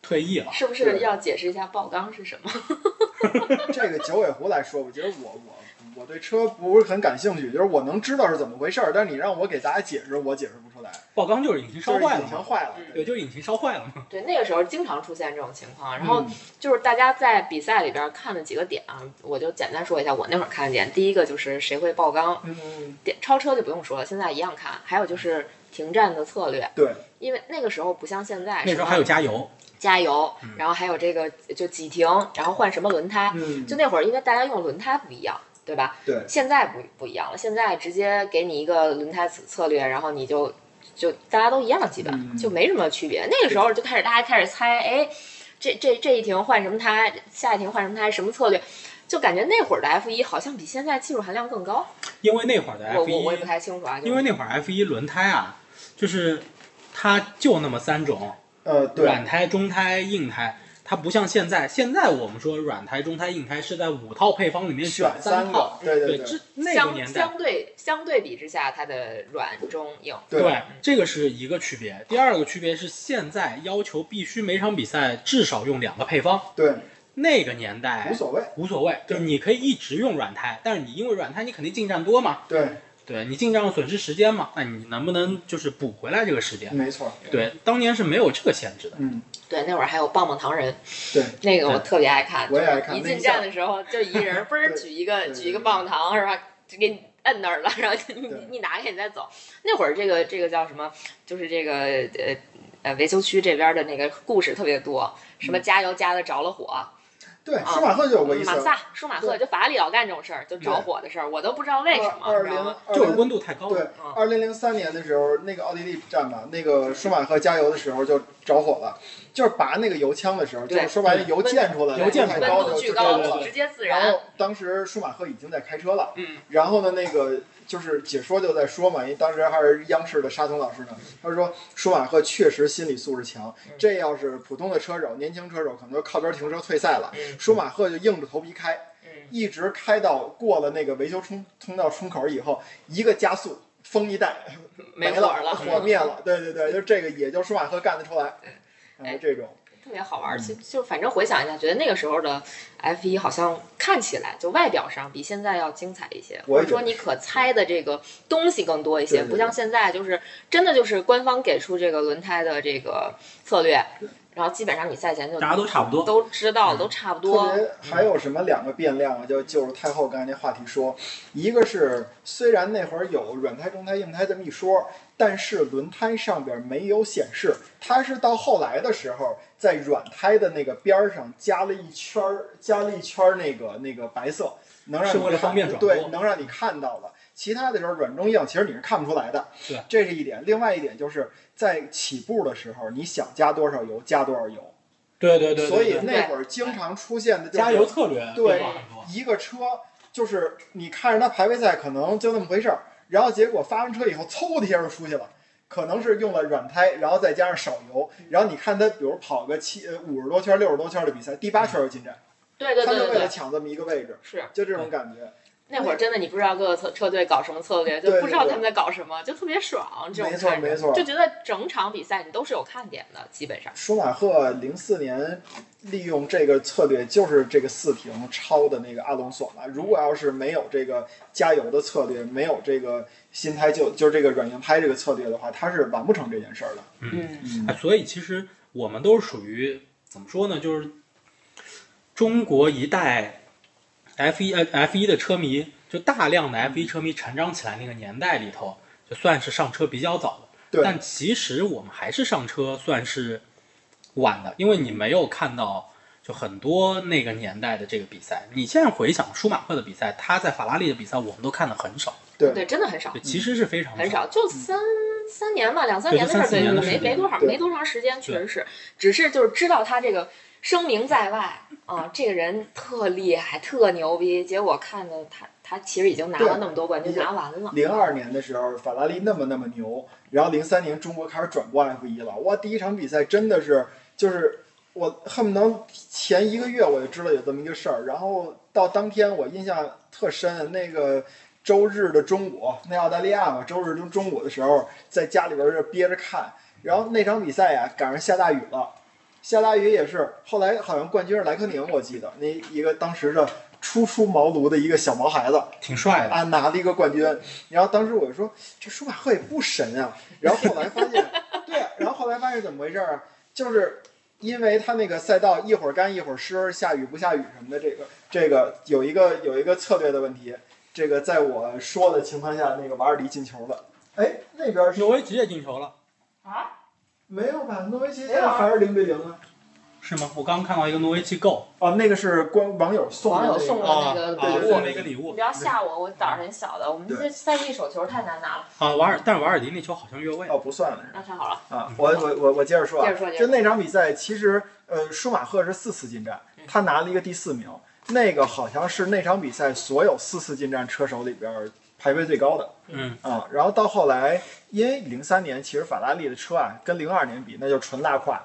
S4: 退役了。
S2: 是不是要解释一下爆缸是什么？
S3: 这个九尾狐来说吧，其实我我我对车不是很感兴趣，就是我能知道是怎么回事儿，但是你让我给大家解释，我解释不出来，
S4: 爆缸就是引擎烧
S3: 就是
S4: 坏了
S3: 引擎
S4: 嘛，
S3: 坏了。
S4: 对，就是引擎烧坏了嘛。
S2: 对，那个时候经常出现这种情况。然后
S3: 嗯
S2: 就是大家在比赛里边看的几个点啊，我就简单说一下我那会儿看的点。第一个就是谁会爆缸，
S3: 嗯，
S2: 点超车就不用说了，现在一样看。还有就是停站的策略，
S3: 对，
S2: 因为那个时候不像现在，
S4: 那时候还有
S2: 什么
S4: 加油，
S2: 加油，
S4: 嗯
S2: 然后还有这个就几停，然后换什么轮胎，
S3: 嗯，
S2: 就那会儿因为大家用轮胎不一样，对吧？
S3: 对，
S2: 现在不不一样了，现在直接给你一个轮胎策策略，然后你就就大家都一样，基本、
S3: 嗯
S2: 就没什么区别。那个时候就开始大家开始猜，哎，这这这一停换什么胎，下一停换什么胎，什么策略，就感觉那会儿的 F 一好像比现在技术含量更高。
S4: 因为那会儿的
S2: 我
S4: F
S2: 我我也不
S4: 一，
S2: 太清楚啊，就
S4: 因为那会儿 F 一轮胎啊，就是它就那么三种，
S3: 呃，
S4: 软
S3: 对，
S4: 胎、中胎、硬胎。它不像现在，现在我们说软胎、中胎、硬胎是在五套配方里面
S3: 选
S4: 三
S3: 三个
S4: 套。，
S3: 对对
S4: 这
S3: 对，
S4: 那个
S2: 相
S4: 年代，
S2: 相对相对比之下，它的软中硬，
S4: 对，这个是一个区别。第二个区别是现在要求必须每场比赛至少用两个配方，
S3: 对，
S4: 那个年代
S3: 无所谓，
S4: 无所谓，就是你可以一直用软胎，但是你因为软胎你肯定进站多嘛，
S3: 对，
S4: 对你进站会损失时间嘛，那你能不能就是补回来这个时间？
S3: 没错，
S4: 对，当年是没有这个限制的。
S3: 嗯，
S2: 对，那会儿还有棒棒糖人，
S3: 对，
S2: 那个我特别爱看，
S3: 我也爱看
S2: 一
S3: 那一
S2: 进
S3: 下
S2: 站的时候，就一人嘣儿
S3: 对
S2: 举一个
S3: 对
S2: 举一个棒棒糖是吧？就给你摁那儿了，然后你
S3: 对
S2: 你拿开你再走。那会儿这个这个叫什么？就是这个呃呃维修区这边的那个故事特别多，什么加油加的着了火，
S3: 对，舒马赫就有嗯过一次
S2: 啊马。萨舒马赫
S3: 对
S2: 就法拉利老干这种事儿，就着火的事儿，我都不知道为什么，
S3: 二
S2: 你知道
S3: 零
S2: 吗？嗯
S4: 就是温度太高
S3: 对
S4: 了，，
S3: 二零零三年的时候，那个奥地利站吧，那个舒马赫加油的时候就着火了，就是拔那个油枪的时候，
S2: 对
S3: 就是说白了
S4: 对
S3: 油溅出来了，
S4: 油溅
S3: 太
S4: 出
S2: 温
S4: 来
S3: 高
S4: 了
S3: 的
S2: 度
S3: 就
S2: 巨
S3: 是
S4: 对对
S2: 高，
S4: 对
S2: 直接自
S3: 然
S2: 燃
S3: 后。当时舒马赫已经在开车了，
S2: 嗯，
S3: 然后呢，那个就是解说就在说嘛，因为当时还是央视的沙童老师呢，他说舒马赫确实心理素质强，
S4: 嗯
S3: 这要是普通的车手、年轻车手，可能就靠边停车退赛了，
S2: 嗯
S3: 舒马赫就硬着头皮开，
S2: 嗯
S3: 一直开到过了那个维修冲通道冲口以后，一个加速，风一带，
S2: 没
S3: 了，
S2: 火了
S3: 火灭了。对对对，就这个，也就舒马赫干得出来。
S2: 嗯
S3: 然后这种，
S2: 特别好玩
S3: 嗯
S2: 儿，就就反正回想一下，觉得那个时候的 F 一好像看起来就外表上比现在要精彩一些，
S3: 我
S2: 或
S3: 也
S2: 者说你可猜的这个东西更多一
S3: 对
S2: 些，
S3: 对对
S2: 不像现在就是真的就是官方给出这个轮胎的这个策略，然后基本上你赛前就
S4: 大家都差不多。嗯
S2: 都知道了，都差不多
S3: 特。别还有什么两个变量啊？就就是太后刚才那话题说，一个是虽然那会儿有软胎、中胎、硬胎这么一说，但是轮胎上边没有显示，它是到后来的时候，在软胎的那个边儿上加了一圈儿，加了一圈儿那个那个白色，能让你
S4: 是为了方便转播
S3: 对，能让你看到的。其他的时候软中硬，其实你是看不出来的。
S4: 对，
S3: 这是一点。另外一点就是在起步的时候，你想加多少油加多少油。
S4: 对对对，对
S3: 所以
S4: 对
S3: 那会儿经常出现的就是
S4: 加油策略
S3: 对
S4: 变化很多，
S3: 一个车，就是你看着它排位赛可能就那么回事儿，然后结果发完车以后，嗖的一下就出去了。可能是用了软胎，然后再加上少油，
S4: 嗯
S3: 然后你看它，比如跑个七呃五十多圈、六十多圈的比赛，第八圈就进站，
S2: 对对
S3: 他
S2: 对
S3: 就
S2: 对
S3: 为了
S2: 对，
S3: 抢这么一个位置，
S2: 是
S3: 就这种感觉。
S2: 那会儿真的你不知道各个车车队搞什么策略，就
S3: 对
S2: 不知道他们在搞什么，就特别爽。这种
S3: 没错
S2: 看着
S3: 没错
S2: 就觉得整场比赛你都是有看点的，基本上。
S3: 舒马赫零四年利用这个策略，就是这个四停超的那个阿隆索嘛。如果要是没有这个加油的策略，没有这个新胎就就是这个软硬胎这个策略的话，他是完不成这件事儿的。
S2: 嗯，
S4: 哎，所以其实我们都是属于怎么说呢？就是中国一代 F 一呃 F 一的车迷，就大量的 F 一车迷成长起来那个年代里头，就算是上车比较早的。
S3: 对
S4: 但其实我们还是上车算是晚的，因为你没有看到就很多那个年代的这个比赛。你现在回想舒马赫的比赛，他在法拉利的比赛，我们都看的很少，
S3: 对
S2: 对，真的很少
S4: 对，，其实是非常
S2: 嗯很少，就三三年吧，两三
S4: 对
S2: 年的
S4: 就
S2: 事儿，
S4: 三四
S2: 对，
S4: 年的
S2: 没
S4: 时间
S2: 没多少，
S3: 对
S2: 没多长时间，确实是，只是就是知道他这个声名在外啊，这个人特厉害，特牛逼。结果看的他，他其实已经拿
S3: 对
S2: 了那么多冠军，
S3: 已经
S2: 拿完了。
S3: 零二年的时候，法拉利那么那么牛，然后零三年中国开始转播 F 一了，哇，第一场比赛真的是就是我恨不得前一个月我就知道有这么一个事儿，然后到当天我印象特深，那个周日的中午，那澳大利亚嘛，周日中中午的时候，在家里边儿就憋着看，然后那场比赛呀、赶上下大雨了。下大雨也是，后来好像冠军是莱科宁，我记得那一个当时的初出茅庐的一个小毛孩子，
S4: 挺帅的。
S3: 啊，拿了一个冠军。然后当时我就说，这舒马赫也不神啊。然后后来发现，对，啊然后后来发现怎么回事儿啊？就是因为他那个赛道一会儿干一会儿湿，下雨不下雨什么的，这个这个有一个有一个策略的问题。这个在我说的情况下，那个瓦尔迪进球了。哎，那边是
S4: 挪威直接进球了，
S2: 啊，
S3: 没有吧？诺维奇
S2: 没有啊
S3: 还是零对零啊？
S4: 是吗？我刚刚看到一个挪威机构。
S3: 哦，那个是官网友送的、
S2: 网
S3: 那个，
S2: 友送的
S4: 啊，
S2: 哦那个
S3: 对对对
S4: 送了一个礼
S2: 你
S4: 物
S2: 不要吓我，我胆儿很小的。我们
S3: 嗯对
S2: 这赛季手球太难拿了，
S4: 啊。瓦尔，但是瓦尔迪那球好像越位，
S3: 哦，不算了。
S2: 那太好了。
S3: 啊，我我我我接着说啊，
S2: 接着说接着
S3: 就
S2: 说
S3: 那场比赛，其实呃，舒马赫是四次进站，
S2: 嗯
S3: 他拿了一个第四名，那个好像是那场比赛所有四次进站车手里边儿排位最高的
S4: 嗯，
S3: 啊。然后到后来，因为零三年其实法拉利的车啊，跟零二年比那就纯拉胯。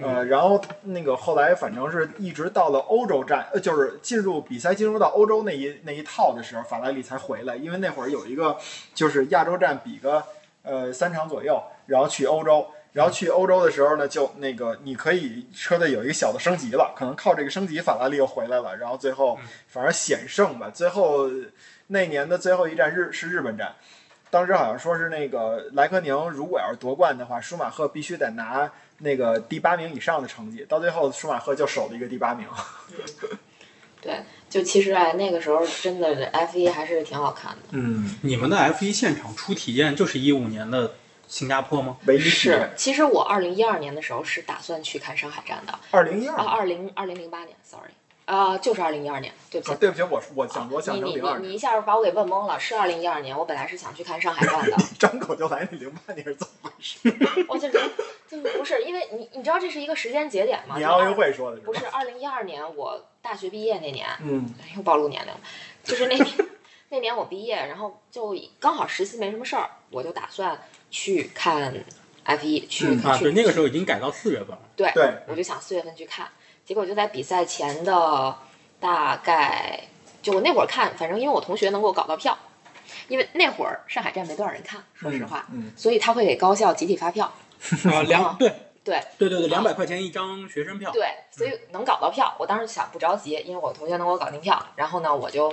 S3: 呃，然后那个后来反正是一直到了欧洲站，呃，就是进入比赛进入到欧洲那一那一套的时候，法拉利才回来，因为那会儿有一个就是亚洲站比个呃三场左右，然后去欧洲，然后去欧洲的时候呢，就那个你可以车队有一个小的升级了，可能靠这个升级法拉利又回来了，然后最后反正险胜吧，最后那年的最后一站日是日本站。当时好像说是那个莱科宁，如果要是夺冠的话，舒马赫必须得拿那个第八名以上的成绩。到最后，舒马赫就守了一个第八名。
S2: 对，就其实哎，那个时候真的 F 一还是挺好看的。
S3: 嗯，
S4: 你们的 F 一现场初体验就是一五年的新加坡吗？
S3: 唯一
S2: 是，其实我二零一二年的时候是打算去看上海站的，
S3: 二零一
S2: 啊，
S3: 二。
S2: 二零二零零八年，sorry，啊、就是二零一二年，对不起。
S3: 啊对不起，我我想我想
S2: 你
S3: 成
S2: 你
S3: 零二
S2: 你
S3: 年，
S2: 你一下就把我给问懵了，是二零一二年，我本来是想去看上海站的，
S3: 张口就来那零八年是怎么回事？
S2: 我就就不是因为你你知道这是一个时间节点吗？
S3: 你
S2: 就
S3: 奥运
S2: 二
S3: 会说的是
S2: 不
S3: 吧？
S2: 是二零一二年，我大学毕业那年，哎
S3: 嗯
S2: 又暴露年龄了，就是那年 那年我毕业，然后就刚好实习没什么事儿，我就打算去看 F 一，去、
S3: 嗯
S4: 啊，
S2: 去
S4: 对，那个时候已经改到四月份 了。
S2: 对，
S3: 对
S2: 我就想四月份去看，结果就在比赛前的大概，就我那会儿看，反正因为我同学能给我搞到票，因为那会儿上海站没多少人看，说实话，
S3: 嗯嗯
S2: 所以他会给高校集体发票，
S4: 啊，两对
S2: 对
S4: 对对对，两百块钱一张学生票。
S2: 对，所以能搞到票，我当时想不着急，因为我同学能给我搞定票，然后呢，我就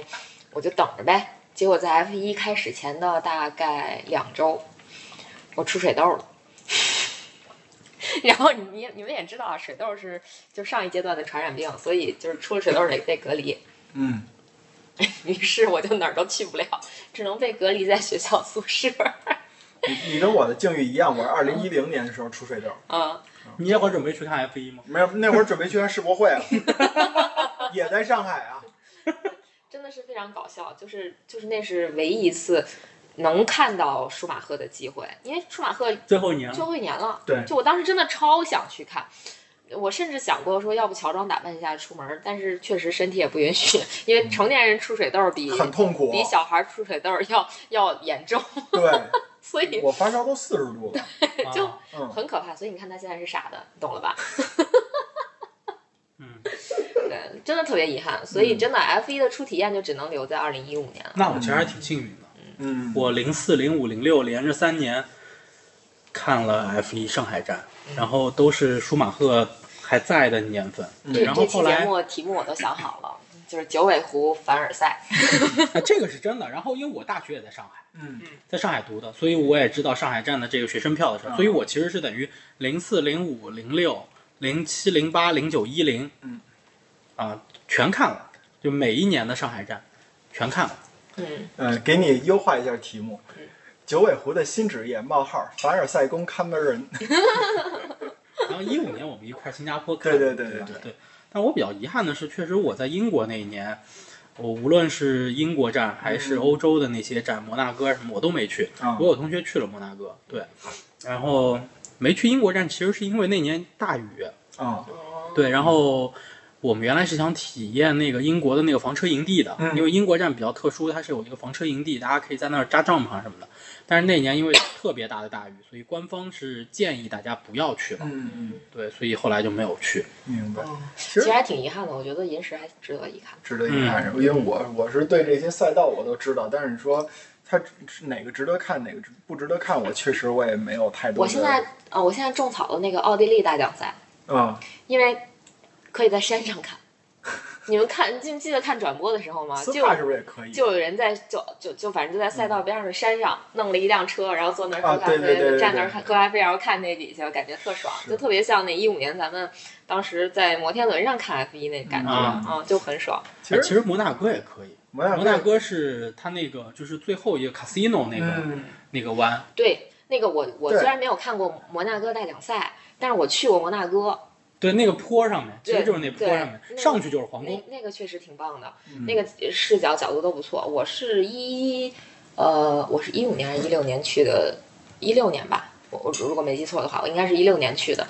S2: 我就等着呗。结果在 F 一开始前的大概两周，我出水痘了。 然后你你们也知道啊，水痘是就上一阶段的传染病，所以就是出了水痘得得隔离。
S3: 嗯，
S2: 于是我就哪儿都去不了，只能被隔离在学校宿舍。
S3: 嗯你你跟我的境遇一样，我是二零一零年的时候出水痘，
S2: 嗯，
S4: 你那会儿准备去看 F 一吗？
S3: 没有那会儿准备去看世博会啊， 也在上海啊。
S2: 真的是非常搞笑，就是就是那是唯一一次能看到舒马赫的机会，因为舒马赫
S4: 最后一年了
S2: 最后一年了。
S3: 对
S2: 就我当时真的超想去看，我甚至想过说，要不乔装打扮一下出门，但是确实身体也不允许， 因为成年人出水痘比
S3: 很痛苦。哦
S2: 比小孩出水痘要要严重，
S3: 对，
S2: 所以
S3: 我发烧都四十度了。
S2: 就
S4: 啊
S3: 嗯，
S2: 很可怕。所以你看他现在是傻的，你懂了吧？
S4: 嗯，
S2: 对，真的特别遗憾。所以
S3: 嗯
S2: 真的 F 一的初体验就只能留在二零一五年了。
S4: 那我其实还挺幸运的。
S3: 嗯，
S4: 我零四、零五、零六连着三年看了 F 一上海站，
S2: 嗯
S4: 然后都是舒马赫还在的年份。
S2: 这
S4: 然
S2: 这
S4: 后
S2: 期
S4: 后
S2: 节
S4: 来
S2: 目题目我都想好了，就是九尾狐凡尔赛。
S4: 哎这个是真的。然后因为我大学也在上海，
S3: 嗯
S4: 在上海读的，所以我也知道上海站的这个学生票的事儿。
S3: 嗯
S4: 所以我其实是等于零四、零五、零六、零七、零八、零九、一零，
S3: 嗯，
S4: 啊，全看了，就每一年的上海站全看了。
S2: 嗯，
S3: 嗯，给你优化一下题目
S2: 嗯。
S3: 九尾狐的新职业：冒号凡尔赛宫看门人。
S4: 然后一五年我们一块儿新加坡看，
S3: 对对对
S4: 对吧
S3: 对
S4: 对。但我比较遗憾的是，确实我在英国那一年，我无论是英国站还是
S3: 嗯
S4: 欧洲的那些站，摩纳哥什么我都没去。
S3: 啊
S4: 我有同学去了摩纳哥，对，然后没去英国站，其实是因为那年大雨，
S3: 啊
S4: 对，然后。我们原来是想体验那个英国的那个房车营地的，
S3: 嗯
S4: 因为英国站比较特殊，它是有一个房车营地，大家可以在那儿扎帐篷啊什么的。但是那年因为特别大的大雨，所以官方是建议大家不要去了。
S3: 嗯嗯，
S4: 对，所以后来就没有去。
S3: 明白。
S2: 嗯
S3: 其
S2: 其
S3: 实
S2: 实还挺遗憾的，我觉得银石还值得一看。
S3: 值得一看，因为我我是对这些赛道我都知道，但是你说它哪个值得看，哪个值不值得看，我确实我也没有太多的。
S2: 我现在啊、我现在种草的那个奥地利大奖赛，
S3: 啊，
S2: 因为可以在山上看。你们看，记不记得看转播的时候吗？
S3: 斯
S2: 啊就
S3: 帕是不是也可以？
S2: 就有人在就就就反正就在赛道边上的山上弄了一辆车，然后坐那儿喝
S3: 嗯啊
S2: 咖
S3: 对
S2: 啡，
S3: 对对对
S2: 站那儿
S3: 对
S2: 看喝咖啡，然后看那底下，感觉特爽，
S3: 是
S2: 就特别像那一五年咱们当时在摩天轮上看 F 一那感觉
S4: 嗯
S2: 啊、就很爽。
S3: 其
S4: 哎其
S3: 实
S4: 实摩纳哥也可以，
S3: 摩纳
S4: 摩纳哥是它那个就是最后一个 casino 那个、
S3: 嗯
S4: 那个湾，
S2: 对，那个我我
S3: 对
S2: 虽然没有看过摩纳哥大奖赛，但是我去过摩纳哥，
S4: 对，那个坡上面，其实
S2: 对
S4: 就是那坡上面，
S2: 对
S4: 上去就是皇宫
S2: 那。那个确实挺棒的，
S3: 嗯
S2: 那个视角角度都不错。我是一呃，我是一五年还是一六年去的，一六年吧，我我如果没记错的话，我应该是一六年去的。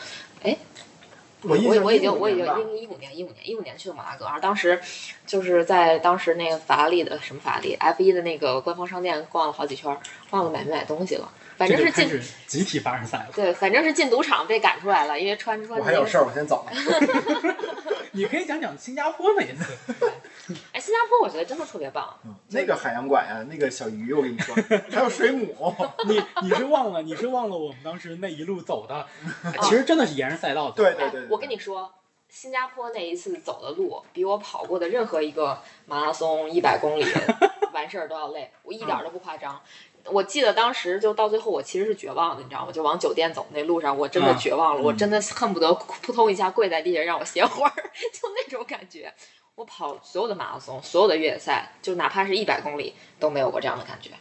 S3: 我印
S2: 我
S3: 象
S2: 我已经
S3: 中
S2: 我已经
S3: 吧
S2: 一一五年一五年一五年去的摩纳哥，然后当时就是在当时那个法拉利的什么法拉利 F 1的那个官方商店逛了好几圈儿，忘了买没买东西了，哎反
S4: 这
S2: 正
S4: 就是开
S2: 进
S4: 始集体凡尔赛了。
S2: 对，反正是进赌场被赶出来了，因为穿穿
S3: 我
S2: 那
S3: 还有
S2: 个
S3: 事儿，我 先走了。
S4: 你可以讲讲新加坡那一次，
S2: 哎，新加坡我觉得真的特别棒，
S3: 那个海洋馆呀，那个小鱼，我跟你 说，还有水母，
S4: 你你是忘了，你是忘了我们当时那一路走 的，其实真的是沿着赛道走。
S3: 对对对
S2: 哎
S3: 对，
S2: 我跟你说，新加坡那一次走的路，比我跑过的任何一个马拉松一百公里完事儿都要累，我一点儿都不夸张。我记得当时就到最后，我其实是绝望的，你知道吗？就往酒店走那路上，我真的
S4: 啊
S2: 绝望了，我真的恨不得扑通一下跪在地下让我歇会儿， 就那种感觉。我跑所有的马拉松，所有的越野赛，就哪怕是一百公里，都没有过这样的感觉。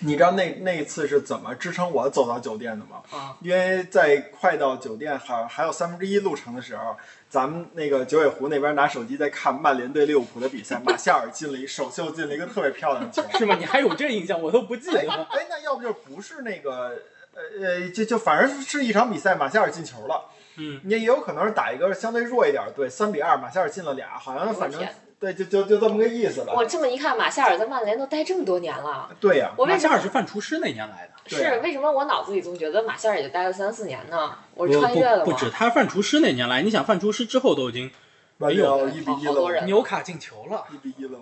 S3: 你知道那那一次是怎么支撑我走到酒店的吗？
S2: 啊、
S3: 因为在快到酒店还还有三分之一路程的时候，咱们那个九尾狐那边拿手机在看曼联对利物浦的比赛，马夏尔进了一首秀，进了一个特别漂亮的球。
S4: 是吗？你还有这印象，我都不记得
S3: 哎
S4: 了。
S3: 哎，那要不就不是那个呃呃，就就反正是一场比赛，马夏尔进球了。
S4: 嗯，
S3: 也也有可能是打一个相对弱一点，对，三比二，马夏尔进了俩，好像反正
S2: 我天
S3: 对，就就就这么个意思吧。
S2: 我这么一看，马夏尔在曼联都待这么多年了，
S3: 对呀、
S2: 我为
S4: 马
S2: 什
S4: 夏
S2: 么
S4: 尔是范厨师那年来的，
S3: 对啊
S2: 是为什么我脑子里总觉得马夏尔也待了三四年呢？我是
S4: 不
S2: 穿越了
S4: 不
S2: 吗？
S4: 不止，他范厨师那年来。你想范厨师之后都已经
S3: 完
S4: 哎
S3: 了，
S4: 呦
S3: 一比一
S2: 好好多
S3: 了
S2: 人，
S4: 纽卡进球了，
S3: 一比一了，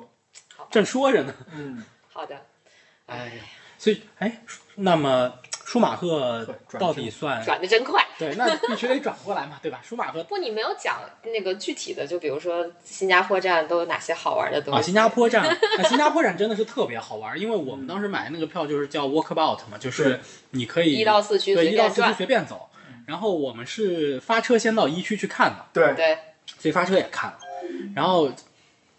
S4: 正说着呢。
S3: 嗯，
S2: 好的，
S4: 哎呀，所以哎，那么舒马赫
S3: 转
S4: 到底算
S2: 转的真快。
S4: 对，那必须得转过来嘛，对吧？舒马赫
S2: 不，你没有讲那个具体的，就比如说新加坡站都有哪些好玩的东西？
S4: 啊，新加坡站，那新加坡站真的是特别好玩，因为我们当时买那个票就是叫 walkabout 嘛，就是
S3: 对
S4: 你可以
S2: 一到四区
S4: 对
S2: 随
S4: 一到
S2: 便
S4: 四区
S2: 转，
S4: 随便走。然后我们是发车先到一区去看的，
S3: 对，
S2: 对，
S4: 所以发车也看了。然后，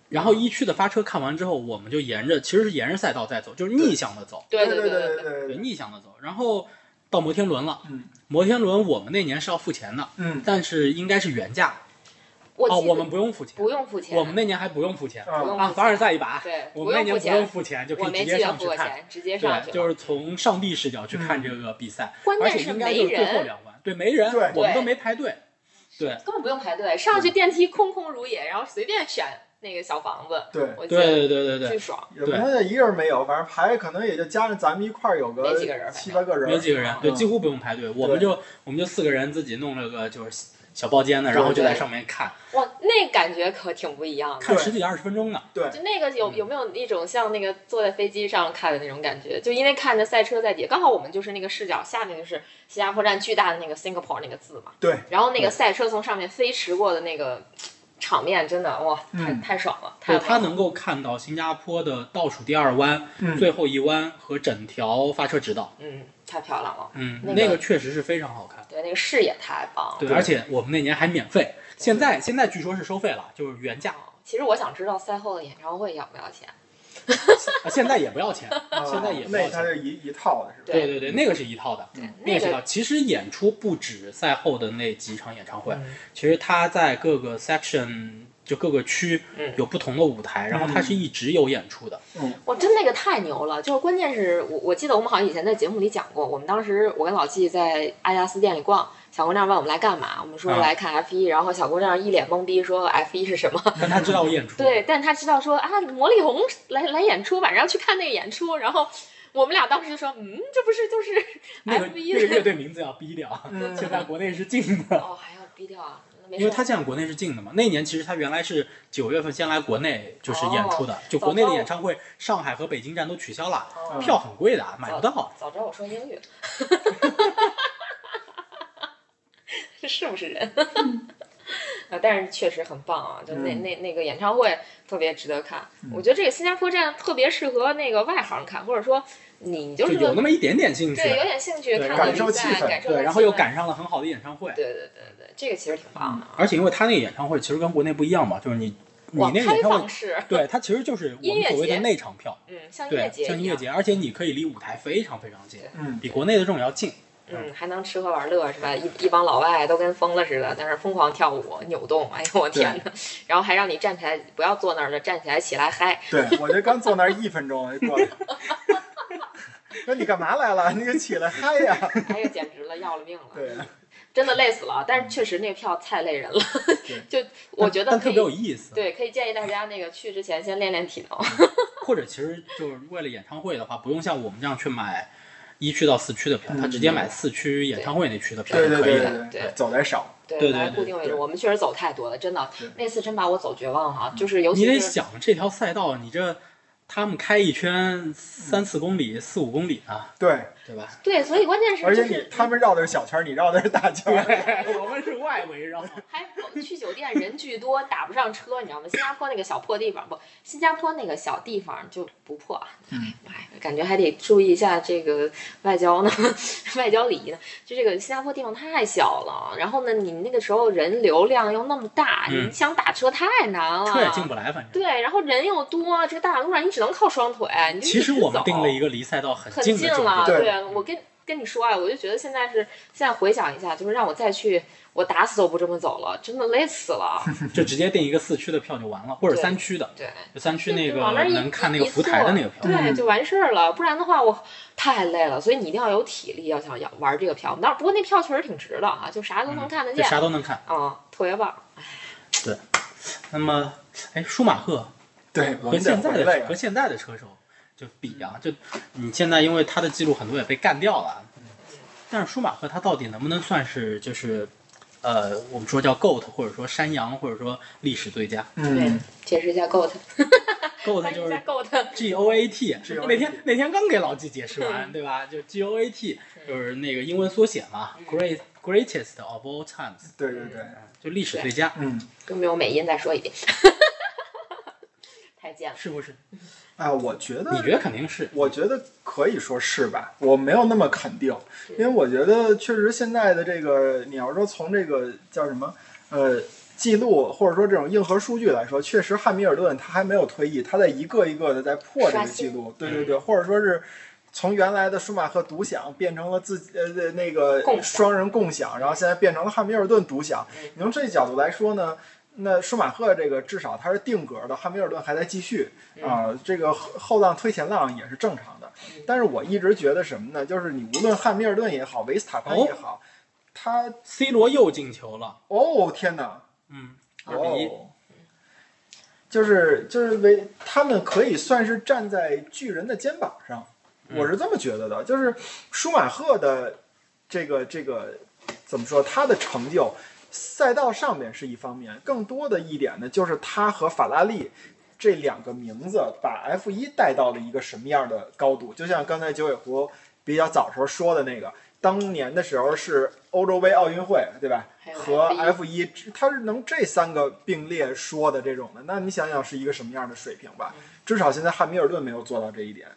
S4: 然后一区的发车看完之后，我们就沿着其实是沿着赛道在走，就是逆向的走，
S2: 对
S3: 对
S2: 对
S3: 对
S2: 对，
S3: 对
S4: 对，，逆向的走。然后到摩天轮了，
S3: 嗯
S4: 摩天轮我们那年是要付钱的，
S3: 嗯
S4: 但是应该是原价
S2: 我
S4: 哦，
S2: 记得
S4: 我们不用付钱，
S2: 不用付钱，
S4: 我们那年还不用付钱
S2: 不用
S3: 啊，
S2: 付
S4: 啊，
S2: 钱
S4: 凡尔赛一把。
S2: 对
S4: 我
S2: 不
S4: 们那
S2: 用
S4: 年
S2: 付
S4: 不用
S2: 钱，
S4: 付钱就可
S2: 我
S4: 以直
S2: 没
S4: 接
S2: 记得
S4: 上
S2: 付
S4: 去
S2: 过
S4: 看，
S2: 钱，直接上去
S4: 对，
S2: 了。嗯
S4: 就是从上帝视角去看这个比赛，
S2: 关
S4: 而
S2: 键
S4: 且
S2: 是
S4: 应该
S2: 没
S4: 就是最后
S2: 人，
S4: 两关，对，没人，
S3: 对
S4: 我们都没排队，对
S2: 根本不用排队，上
S4: 嗯
S2: 去电梯空空如也，然后随便选那个小房子，
S3: 对，
S2: 我记得
S4: 对对对
S2: 巨
S4: 对对，
S2: 爽。
S3: 也不是一个人没有，反正排可能也就加上咱们一块儿有
S2: 没
S3: 个
S2: 几个人
S3: 七八个人，
S4: 没几个人，对，
S3: 嗯
S4: 几乎不用排队，我们就我们就四个人自己弄了个就是小包间的，
S3: 对
S4: 然后就在
S2: 对
S4: 上面看
S2: 哇，那感觉可挺不一样的。
S4: 看十几二十分钟呢。
S3: 对
S2: 就那个有
S4: 嗯
S2: 有没有一种像那个坐在飞机上看的那种感觉？就因为看着赛车在底，刚好我们就是那个视角，下面就是新加坡站巨大的那个 Singapore 那个字嘛。
S3: 对。
S2: 然后那
S4: 对
S2: 个赛车从上面飞驰过的那个场面，真的哇，太、
S3: 嗯
S2: 太爽了，太
S4: 对，
S2: 美
S4: 他
S2: 了
S4: 能够看到新加坡的倒数第二弯、
S3: 嗯
S4: 最后一弯和整条发车直道，
S2: 嗯，太漂亮了。
S4: 嗯，
S2: 那个
S4: 那个确实是非常好看。
S2: 对，那个视野太棒了。
S4: 对，
S3: 对
S4: 而且我们那年还免费，现在现在据说是收费了，就是原价，
S2: 其实我想知道赛后的演唱会要不要钱？
S4: 啊现在也不要钱，现在也不要
S3: 啊那它
S4: 钱。
S3: 是一一套的是吧？
S4: 对对对，那个是一套的，
S2: 对，
S4: 那
S2: 那
S4: 个是一套。
S2: 个
S4: 其实演出不止赛后的那几场演唱会，
S2: 嗯
S4: 其实它在各个 section 就各个区
S2: 嗯
S4: 有不同的舞台，然后它是一直有演出的。
S2: 哇，真那个太牛了！就是关键是我我记得我们好像以前在节目里讲过，我们当时我跟老纪在阿迪达斯店里逛，小姑娘问我们来干嘛，我们说
S4: 啊
S2: 来看 F 一、然后小姑娘一脸懵逼说 F 一是 什么？
S4: 但他知道有演出，
S2: 嗯对，但她知道说啊魔力红来来演出，晚上去看那个演出，然后我们俩当时就说嗯，这不是就是
S4: 那个
S2: F 一、
S4: 那个乐队名字要逼掉，
S3: 嗯
S4: 现在国内是禁的。
S2: 哦还要逼掉啊？那没
S4: 因为
S2: 事
S4: 他现在国内是禁的嘛，那年其实他原来是九月份先来国内就是演出的，就国内的演唱会，上海和北京站都取消了，
S2: 哦
S4: 票很贵的，啊买不到。
S2: 早知道我说英语， 这是不是人？啊，但是确实很棒啊！就那、
S3: 嗯
S2: 那那个演唱会特别值得看，
S4: 嗯
S2: 我觉得这个新加坡站特别适合那个外行看，或者说你就
S4: 就是有那么一点点兴趣，
S2: 对有点兴趣
S4: 对
S2: 看
S4: 然后
S2: 看比
S3: 感受
S2: 赛
S3: 气氛
S2: 感受
S4: 对，
S2: 下
S4: 然后又
S2: 气氛
S4: 赶上了很好的演唱会，
S2: 对对对对，这个其实挺棒的啊。
S4: 嗯而且因为他那个演唱会其实跟国内不一样嘛，就是你你
S2: 哇，
S4: 那个
S2: 开
S4: 演唱
S2: 放
S4: 会，
S2: 式，
S4: 对它其实就是我
S2: 音
S4: 们
S2: 乐
S4: 所谓的
S2: 节
S4: 内场票，
S2: 嗯，像音乐
S4: 对，
S2: 节
S4: 像
S2: 一
S4: 音乐
S2: 样，
S4: 节，而且你可以离舞台非常非常近
S2: 对，
S3: 嗯，
S4: 比国内的这种要近。
S2: 嗯，还能吃喝玩乐是吧？一一帮老外都跟疯了似的，在那儿疯狂跳舞扭动，哎呦我天呐， 然后还让你站起来，不要坐那儿了，站起来起来嗨，
S3: 对，我就刚坐那儿一分钟就过 来了。说你干嘛来了？你就起来嗨呀！
S2: 哎呦简直了，要了命了，
S3: 对，啊
S2: 真的累死了。啊但是确实那个票太累人了， 就我觉得
S4: 但
S2: 可
S4: 特别
S2: 以
S4: 有意思。
S2: 对，可以建议大家那个去之前先练练体能。
S4: 或者其实就是为了演唱会的话，不用像我们这样去买一区到四区的票，
S3: 嗯
S4: 他直接买四区演唱会那区的票
S3: 对
S4: 就
S3: 对
S4: 可以
S3: 对
S4: 了。
S3: 对
S2: 对
S3: 走的少。
S4: 对
S2: 对，
S4: 对
S2: 来
S4: 对嗯
S2: 固定位置，
S3: 对
S2: 我们确实走太多了，真的
S3: 对。
S2: 那次真把我走绝望哈、就是尤
S4: 你
S2: 其
S4: 得
S2: 是
S4: 想这条赛道，你这他们开一圈三四公里、四五公里呢，
S3: 对，
S4: 对吧？
S2: 对，所以关键是
S3: 而且
S2: 就
S3: 你
S2: 是
S3: 他们绕的是小圈儿，你绕的是大圈儿。
S4: 我们是外围 绕，
S2: 还去酒店人巨多，打不上车，你知道吗？新加坡那个小破地方不，新加坡那个小地方就不破，
S3: 嗯
S2: 哎，妈呀感觉还得注意一下这个外交呢， 外交礼仪呢。就这个新加坡地方太小了，然后呢，你那个时候人流量又那么大，
S4: 嗯
S2: 你想打车太难了。
S4: 车也进不来，反正。
S2: 对，然后人又多，这个大马路上你只能靠双腿。你就
S4: 其实我
S2: 一直
S4: 们
S2: 走
S4: 定了一个离赛道很
S2: 很
S4: 近的重
S2: 了，
S4: 点，
S3: 对
S2: 我跟跟你说啊，我就觉得现在是现在回想一下，就是让我再去，我打死都不这么走了，真的累死 了。
S4: 就直接定一个四区的票就完了，或者三区的，
S2: 对
S4: 就三区那
S2: 就
S4: 个
S2: 往那儿一
S4: 能看那个
S2: 一
S4: 浮台的那个
S2: 坐
S4: 票。
S2: 对，
S3: 嗯
S2: 就完事儿了。不然的话，我太累了，所以你一定要有体力，要想要玩这个票。那不过那票确实挺值的啊，就啥都能看得
S4: 对，
S2: 见，
S4: 嗯啥都能看。
S2: 嗯，特别棒。
S4: 那么，哎，舒马赫
S3: 对，我
S4: 和
S3: 们得
S4: 现在
S3: 回来呀
S4: 的和。现在的车手就比啊，就你现在因为他的记录很多也被干掉了，但是舒马赫他到底能不能算是就是呃我们说叫 GOAT 或者说山羊或者说历史最佳
S2: 对
S3: 嗯，，
S2: 解释一下 GOAT，
S4: GOAT
S2: 翻译
S4: 就
S2: 一下
S4: 是
S2: GOAT，
S4: G O A T，
S3: GOAT
S4: 那天那天刚给老纪解释完，对吧？就 G O A T 嗯就是嗯那个英文缩写嘛，Great Greatest of All Times，
S3: 对对对，
S4: 就历史最佳，
S3: 嗯。
S2: 有没有美音？再说一遍， 太贱了。
S4: 是不是？
S3: 啊，我觉得
S4: 你觉得肯定是，
S3: 我觉得可以说是吧，我没有那么肯定，因为我觉得确实现在的这个，你要说从这个叫什么，呃，记录或者说这种硬核数据来说，确实汉密尔顿他还没有退役，他在一个一个的在破这
S2: 刷
S3: 个
S2: 新
S3: 记录，对对对，或者说是。从原来的舒马赫独享变成了自己呃呃那个
S2: 共享
S3: 双人共享，然后现在变成了汉密尔顿独享
S2: 嗯。
S3: 你从这角度来说呢，那舒马赫这个至少他是定格的，汉密尔顿还在继续啊、这个后后浪推前浪也是正
S4: 哦
S3: 常的。但是我一直觉得什么呢？就是你无论汉密尔顿也好，维斯塔潘也好，他
S4: C 罗又进球了，
S3: 哦天哪，
S4: 嗯，二比一，
S3: 哦，就是就是为他们可以算是站在巨人的肩膀上，
S4: 嗯
S3: 我是这么觉得的。就是舒马赫的这个这个怎么说，他的成就，赛道上面是一方面，更多的一点呢，就是他和法拉利。这两个名字把 F 一带到了一个什么样的高度？就像刚才九尾狐比较早时候说的那个，当年的时候是欧洲杯奥运会，对吧？
S2: 还有
S3: 和
S2: F1
S3: F 一，它是能这三个并列说的这种的，那你想想是一个什么样的水平吧？至少现在汉密尔顿没有做到这一点，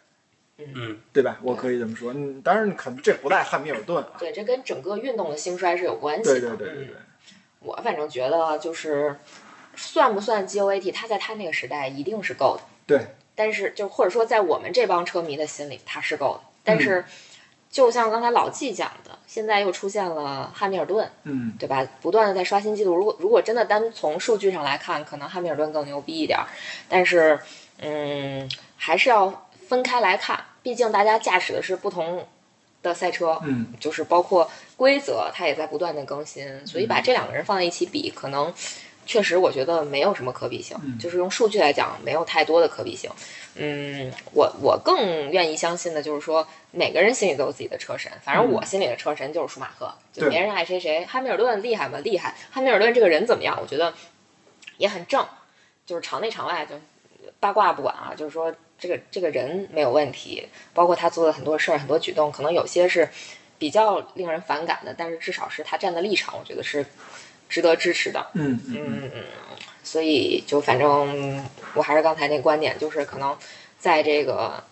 S4: 嗯，
S3: 对吧？我可以这么说，嗯，当然可能这不赖汉密尔顿 啊，
S2: 对，这跟整个运动的兴衰是有关系的。
S3: 对对对对对
S2: 嗯，我反正觉得就是，算不算 GOAT，他在他那个时代一定是够的。
S3: 对，
S2: 但是就或者说在我们这帮车迷的心里，他是够的。但是，就像刚才老纪讲的，现在又出现了汉密尔顿，
S3: 嗯，
S2: 对吧？不断的在刷新记录。如果如果真的单从数据上来看，可能汉密尔顿更牛逼一点，儿。但是，嗯，还是要分开来看，毕竟大家驾驶的是不同的赛车，
S3: 嗯，
S2: 就是包括规则，它也在不断的更新，所以把这两个人放在一起比，可能确实我觉得没有什么可比性，
S3: 嗯
S2: 就是用数据来讲，没有太多的可比性。嗯，我我更愿意相信的就是说，每个人心里都有自己的车神，反正我心里的车神就是舒马赫，就
S3: 嗯对
S2: 别人爱谁谁。汉密尔顿厉害吗？厉害。汉密尔顿这个人怎么样？我觉得也很正，就是场内场外就八卦不管啊，就是说这个这个人没有问题，包括他做的很多事儿、很多举动，可能有些是比较令人反感的，但是至少是他站的立场，我觉得是值得支持的。
S3: 嗯嗯
S2: 嗯，嗯，所以就反正我还是刚才那观点，就是可能在这个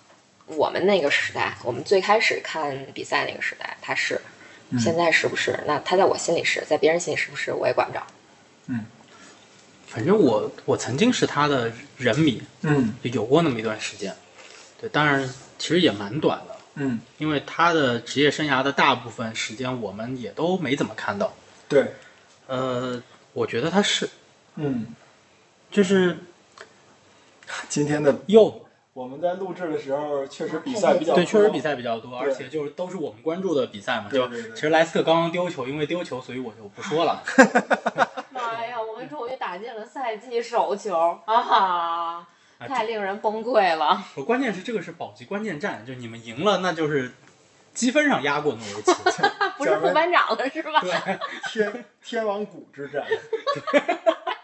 S2: 我们那个时代，我们最开始看比赛那个时代，他是，
S3: 嗯
S2: 现在是不是？那他在我心里是，在别人心里是不是，我也管不着。
S4: 反正我我曾经是他的人迷，
S3: 嗯
S4: 有过那么一段时间，对，当然其实也蛮短的，
S3: 嗯，
S4: 因为他的职业生涯的大部分时间我们也都没怎么看到。
S3: 对，
S4: 呃，我觉得他是
S3: 嗯，
S4: 就是
S3: 今天的
S4: 又
S3: 我们在录制的时候确实比赛比较多，
S4: 对，确实比赛比较多，
S3: 对
S4: 而且就是都是我们关注的比赛嘛。
S3: 对
S4: 就
S3: 对对
S4: 其实莱斯特刚刚丢球，因为丢球，所以我就不 说了。
S2: 妈呀，我们终于打进了赛季首球啊！
S4: 啊
S2: 令人崩溃了。
S4: 我关键是这个是保级关键战，就你们赢了，那就是积分上压过诺维奇。
S2: 不是副班长了是吧？
S4: 对，
S3: 天天王谷之战，
S2: 哎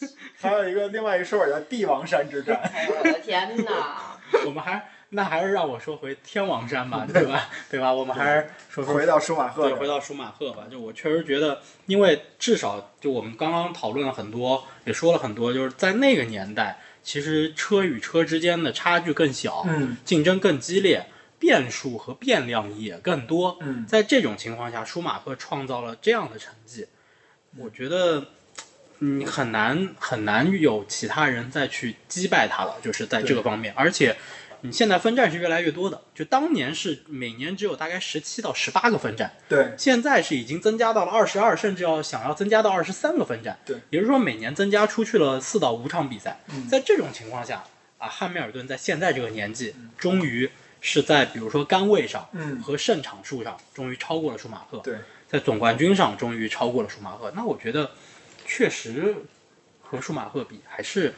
S2: 呦，
S3: 还有一个另外一个说法叫帝王山之战，
S2: 哎呦我的天哪！
S4: 我们还那还是让我说回天王山吧，对吧？对吧？我们还是说说
S3: 回到舒马赫
S4: 对，
S3: 这儿，
S4: 回到舒马赫吧，就我确实觉得，因为至少就我们刚刚讨论了很多，也说了很多，就是在那个年代，其实车与车之间的差距更小，
S3: 嗯
S4: 竞争更激烈，变数和变量也更多。
S3: 嗯
S4: 在这种情况下，舒马赫创造了这样的成绩，我觉得。嗯，很难很难有其他人再去击败他了，就是在这个方面。而且，你现在分站是越来越多的，就当年是每年只有大概十七到十八个分站，
S3: 对，
S4: 现在是已经增加到了二十二，甚至要想要增加到二十三个分站。
S3: 对，
S4: 也就是说每年增加出去了四到五场比赛。
S3: 嗯
S4: 在这种情况下，啊，汉密尔顿在现在这个年纪，终于是在比如说杆位上
S3: 嗯
S4: 和胜场数上，终于超过了舒马赫。
S3: 对，
S4: 在总冠军上，终于超过了舒马赫。那我觉得，确实和舒马赫比还是。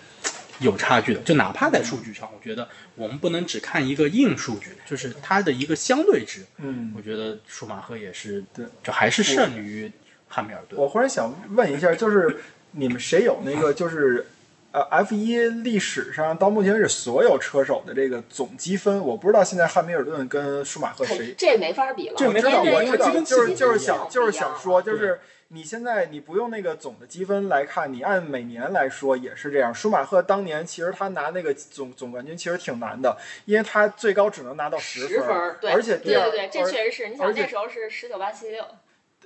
S4: 有差距的，就哪怕在数据上，我觉得我们不能只看一个硬数据，就是它的一个相对值。
S3: 嗯
S4: 我觉得舒马赫也是，
S3: 对，
S4: 就还是胜于汉密尔顿。
S3: 我忽然想问一下，就是你们谁有那个就是呃 F 一历史上到目前为止所有车手的这个总积分？我不知道现在汉密尔顿跟舒马赫谁。
S2: 这没法比了，
S4: 这没法
S3: 知道，
S4: 比
S2: 因
S3: 我
S2: 为
S3: 知道
S4: 因为积，分
S3: 就是
S4: 起
S3: 就是
S4: 不一
S3: 想
S4: 样
S3: 就是想说，就
S4: 对
S3: 是你现在你不用那个总的积分来看，你按每年来说也是这样。舒马赫当年其实他拿那个总总冠军其实挺难的，因为他最高只能拿到
S2: 十
S3: 分儿，
S2: 对，
S3: 而且
S2: 对
S3: 第二
S2: 对对，这
S3: 而
S2: 确实是。你
S3: 而
S2: 想
S3: 且
S2: 那时候是十九八七六，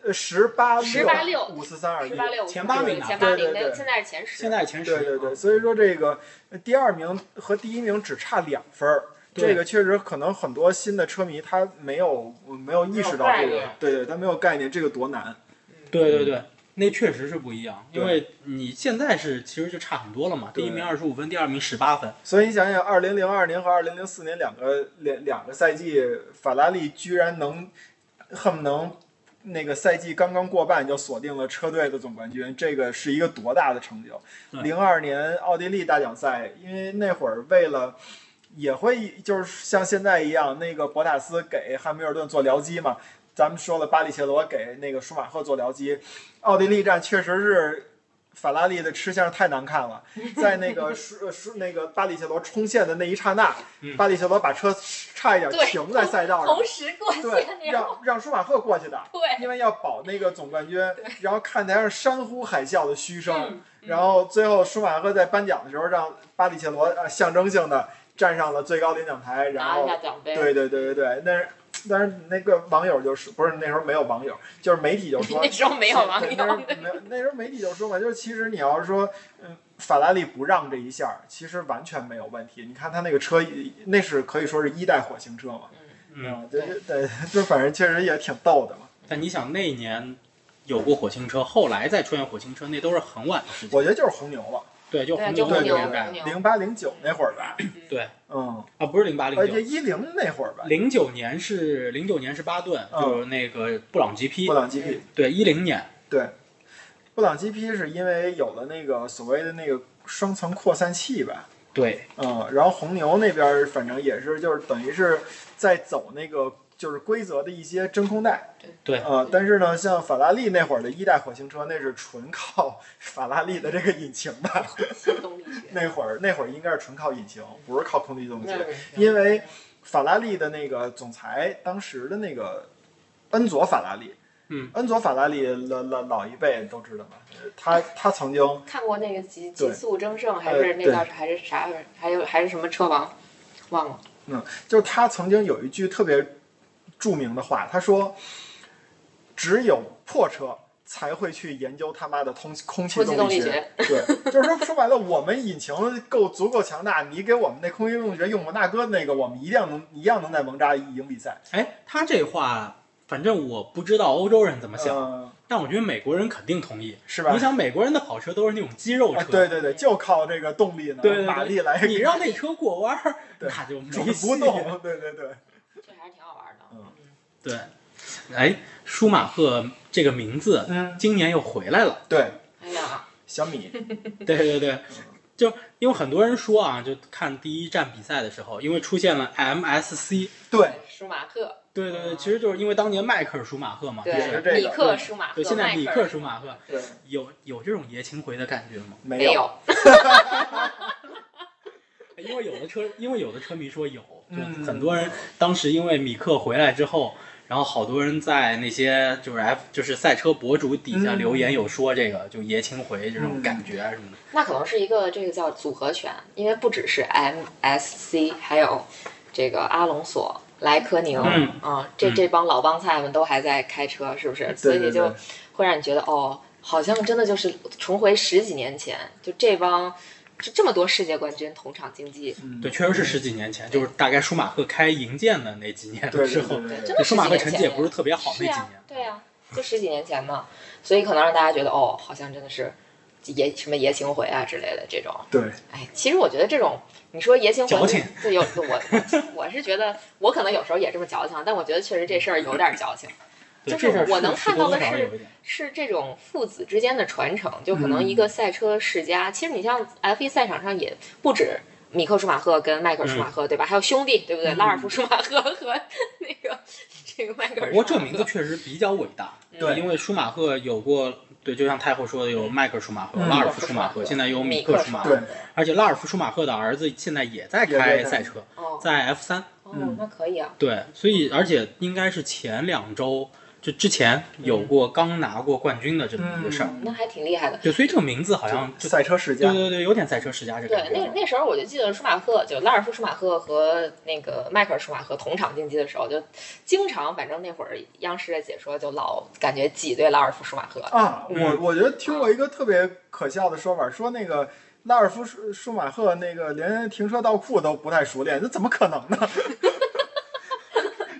S3: 呃十八
S2: 18六
S3: 五四三二一
S2: 十八六
S4: 前八名啊
S2: 前八
S3: 对
S2: 名
S3: 对对
S2: 的，现在是前十。
S4: 现在前十，
S3: 对对对，所以说这个呃第二名和第一名只差两分儿，
S4: 对
S3: 这个确实可能很多新的车迷他没有没有意识到这
S2: 没有概
S3: 个
S2: 念，
S3: 对对，他没有概念这个多难。
S4: 对对对，那确实是不一样，
S3: 对
S4: 因为你现在是其实就差很多了嘛，第
S3: 对
S4: 一名二十五分，第二名十八分，
S3: 所以你想想，二零零二年和二零零四年两个两两个赛季，法拉利居然能恨不能那个赛季刚刚过半就锁定了车队的总冠军，这个是一个多大的成就！
S4: 对
S3: 零二年奥地利大奖赛，因为那会儿为了也会就是像现在一样，那个博塔斯给汉密尔顿做僚机嘛，咱们说了巴里切罗给那个舒马赫做僚机，奥地利站确实是。法拉利的吃相太难看 了，在那个舒舒那个巴里切罗冲线的那一刹那，
S4: 嗯
S3: 巴里切罗把车差一点
S2: 对
S3: 停在赛 道上，
S2: 同时过
S3: 对
S2: 线，然后
S3: 让让舒马赫过去的，
S2: 对，
S3: 因为要保那个总冠军，然后看台上山呼海啸的嘘声，
S2: 嗯
S3: 然后最后舒马赫在颁奖的时候让巴里切罗呃象征性的站上了最高领奖台，然
S2: 拿了
S3: 后
S2: 一下奖杯，
S3: 对对对对对，但是但是那个网友就说，不是那时候没有网友，就是媒体就说
S2: 那时候没有网
S3: 对那时候
S2: 友，
S3: 没有那时候媒体就说嘛，就是其实你要是说，嗯，法拉利不让这一下儿，其实完全没有问题。你看他那个车，那是可以说是一代火星车嘛，
S4: 嗯，
S3: 啊，对对对，就反正确实也挺逗的嘛。
S4: 但你想那一年有过火星车，后来再出现火星车，那都是很晚的事情。
S3: 我觉得就是红牛了，
S4: 对，就
S2: 对，
S4: 红
S2: 就
S4: 牛
S2: 红
S4: 那
S2: 牛，
S4: 个
S3: 对
S4: 年
S2: 红
S4: 代
S2: 牛，
S3: 零八零九那会儿吧，
S4: 对
S3: 嗯，
S4: 啊，不是零八零
S3: 而
S4: 九
S3: 且，一零那会儿吧，
S4: 零九年是零九年是巴顿，
S3: 嗯
S4: 就是那个布朗 GP，
S3: 布朗 GP，
S4: 对，一零年，
S3: 对，布朗 GP 是因为有了那个所谓的那个双层扩散器吧，
S4: 对，
S3: 嗯，然后红牛那边儿反正也是，就是等于是在走那个就是规则的一些真空带。
S4: 对
S3: 呃，但是呢，像法拉利那会儿的一代火星车，那是纯靠 法拉利的这个引擎的。
S2: 新动力学，
S3: 那会儿那会儿应该是纯靠引擎，不是靠空气动力学，
S2: 嗯
S3: 因为法拉利的那个总裁当时的那个恩佐法拉利。
S4: 嗯，
S3: 恩佐法拉利老老老一辈都知道嘛，呃他他曾经
S2: 看过那个极
S3: 对呃
S2: 极速争胜，还是那
S3: 对
S2: 叫还是啥，还有还是什么车王，忘了，
S3: 嗯就是他曾经有一句特别著名的话，他说：“只有破车才会去研究他妈的通空气动力学。对，就是说说白了，我们引擎够足够强大，你给我们那空气动力学用摩纳哥那个，我们一样能一样能在蒙扎赢比赛。
S4: 哎，他这话，反正我不知道欧洲人怎么想，
S3: 嗯
S4: 但我觉得美国人肯定同意。
S3: 是吧
S4: 你？想，美国人的跑车都是那种肌肉车，
S3: 啊，对对对，就靠这个动力呢，
S4: 对对对
S3: 马力来
S4: 你让那车过弯儿，
S3: 对
S4: 那就 没
S3: 主
S4: 戏
S3: 不动。对对对，
S2: 这还是挺好玩的。
S3: 嗯
S4: 对，哎，舒马赫这个名字
S3: 嗯，
S4: 今年又回 来了。
S3: 对，
S2: 哎呀，
S3: 小米，
S4: 对对对，就因为很多人说啊，就看第一站比赛的时候，因为出现了 MSC。
S3: 对，
S2: 舒马赫，
S4: 对对对，
S2: 啊
S4: 其实就是因为当年迈克尔舒马赫嘛，也
S3: 是
S4: 是
S3: 这个
S2: 米克舒马赫，
S4: 对，现在米
S2: 迈
S4: 克尔舒马赫
S3: 对，
S4: 有有这种爷青回的感觉吗？
S3: 没
S2: 没
S3: 有，
S2: 有，
S4: 因为有的车，因为有的车迷说有，就
S3: 嗯
S4: 很多人当时因为米克回来之后，然后好多人在那些就是 F 就是赛车博主底下
S3: 嗯
S4: 留言有说这个、就爷青回这
S2: 嗯
S4: 种感觉啊什么的。
S2: 那可能是一个这个叫组合拳，因为不只是 MSC，还有这个阿隆索、莱科宁，啊
S4: 嗯
S2: 这
S4: 嗯
S2: 这帮老帮菜们都还在开车，是不是？所以
S3: 对
S2: 你就会让你觉得哦，好像真的就是重回十几年前，就这帮就这么多世界冠军同场竞技，
S3: 嗯
S4: 对，确实是十几年前，就是大概舒马赫开营建的那几年
S3: 对
S4: 的时候，
S3: 对对
S2: 真
S3: 对
S2: 的
S4: 就
S2: 十
S4: 舒
S2: 几
S4: 马赫
S2: 年
S4: 成
S2: 前
S4: 绩也不是特别好那
S2: 是
S4: 几
S2: 呀
S4: 年，。
S2: 对呀、就十几年前嘛，所以可能让大家觉得哦，好像真的是爷什么爷青回啊之类的这种。
S3: 对，
S2: 哎，其实我觉得这种你说爷青
S4: 矫
S2: 回
S4: 情，
S2: 对有我我我是觉得我可能有时候也这么矫情，啊但我觉得确实这事儿有点矫情，
S4: 对
S2: 就是
S4: 这事儿
S2: 我能看到的
S4: 多多
S2: 是
S4: 少少有一点
S2: 是这种父子之间的传承，就可能一
S4: 嗯
S2: 个赛车世家，其实你像 F 1赛场上也不止。米克舒马赫跟迈克尔舒马赫、
S4: 嗯
S2: 对吧？还有兄弟对不对？拉尔夫舒马赫和 那个这个迈克尔
S4: 不
S2: 舒马赫。
S4: 过这名字确实比较伟大，
S3: 对
S4: 因为舒马赫有过，对，就像太后说的，有迈克尔舒马赫、
S3: 嗯
S4: 拉尔夫舒马赫，现在有
S2: 米
S4: 克
S2: 克
S4: 舒马
S2: 马
S4: 赫，
S3: 对
S4: 而且拉尔夫舒马赫的儿子现在也在
S3: 也在
S4: 开
S3: 开
S4: 赛车，
S2: 哦
S4: 在 F 三，
S2: 哦，那可以啊。
S4: 对，所以而且应该是前两周就之前有过刚拿过冠军的这么一个事儿，
S3: 嗯
S2: 那还挺厉害的。
S4: 对，所以这个名字好像就
S3: 赛车世
S4: 对
S3: 家，
S4: 对对，有点赛车世家这
S2: 对
S4: 感，
S2: 那
S4: 觉。
S2: 那时候我就记得舒马赫，就拉尔夫舒马赫和那个迈克尔舒马赫同场竞技的时候，就经常，反正那会儿央视的解说就老感觉挤兑拉尔夫舒马赫。
S3: 啊，我
S4: 嗯
S3: 我觉得听过一个特别可笑的说法，说那个拉尔夫舒舒马赫 那个连停车倒库都不太熟练，那怎么可能呢？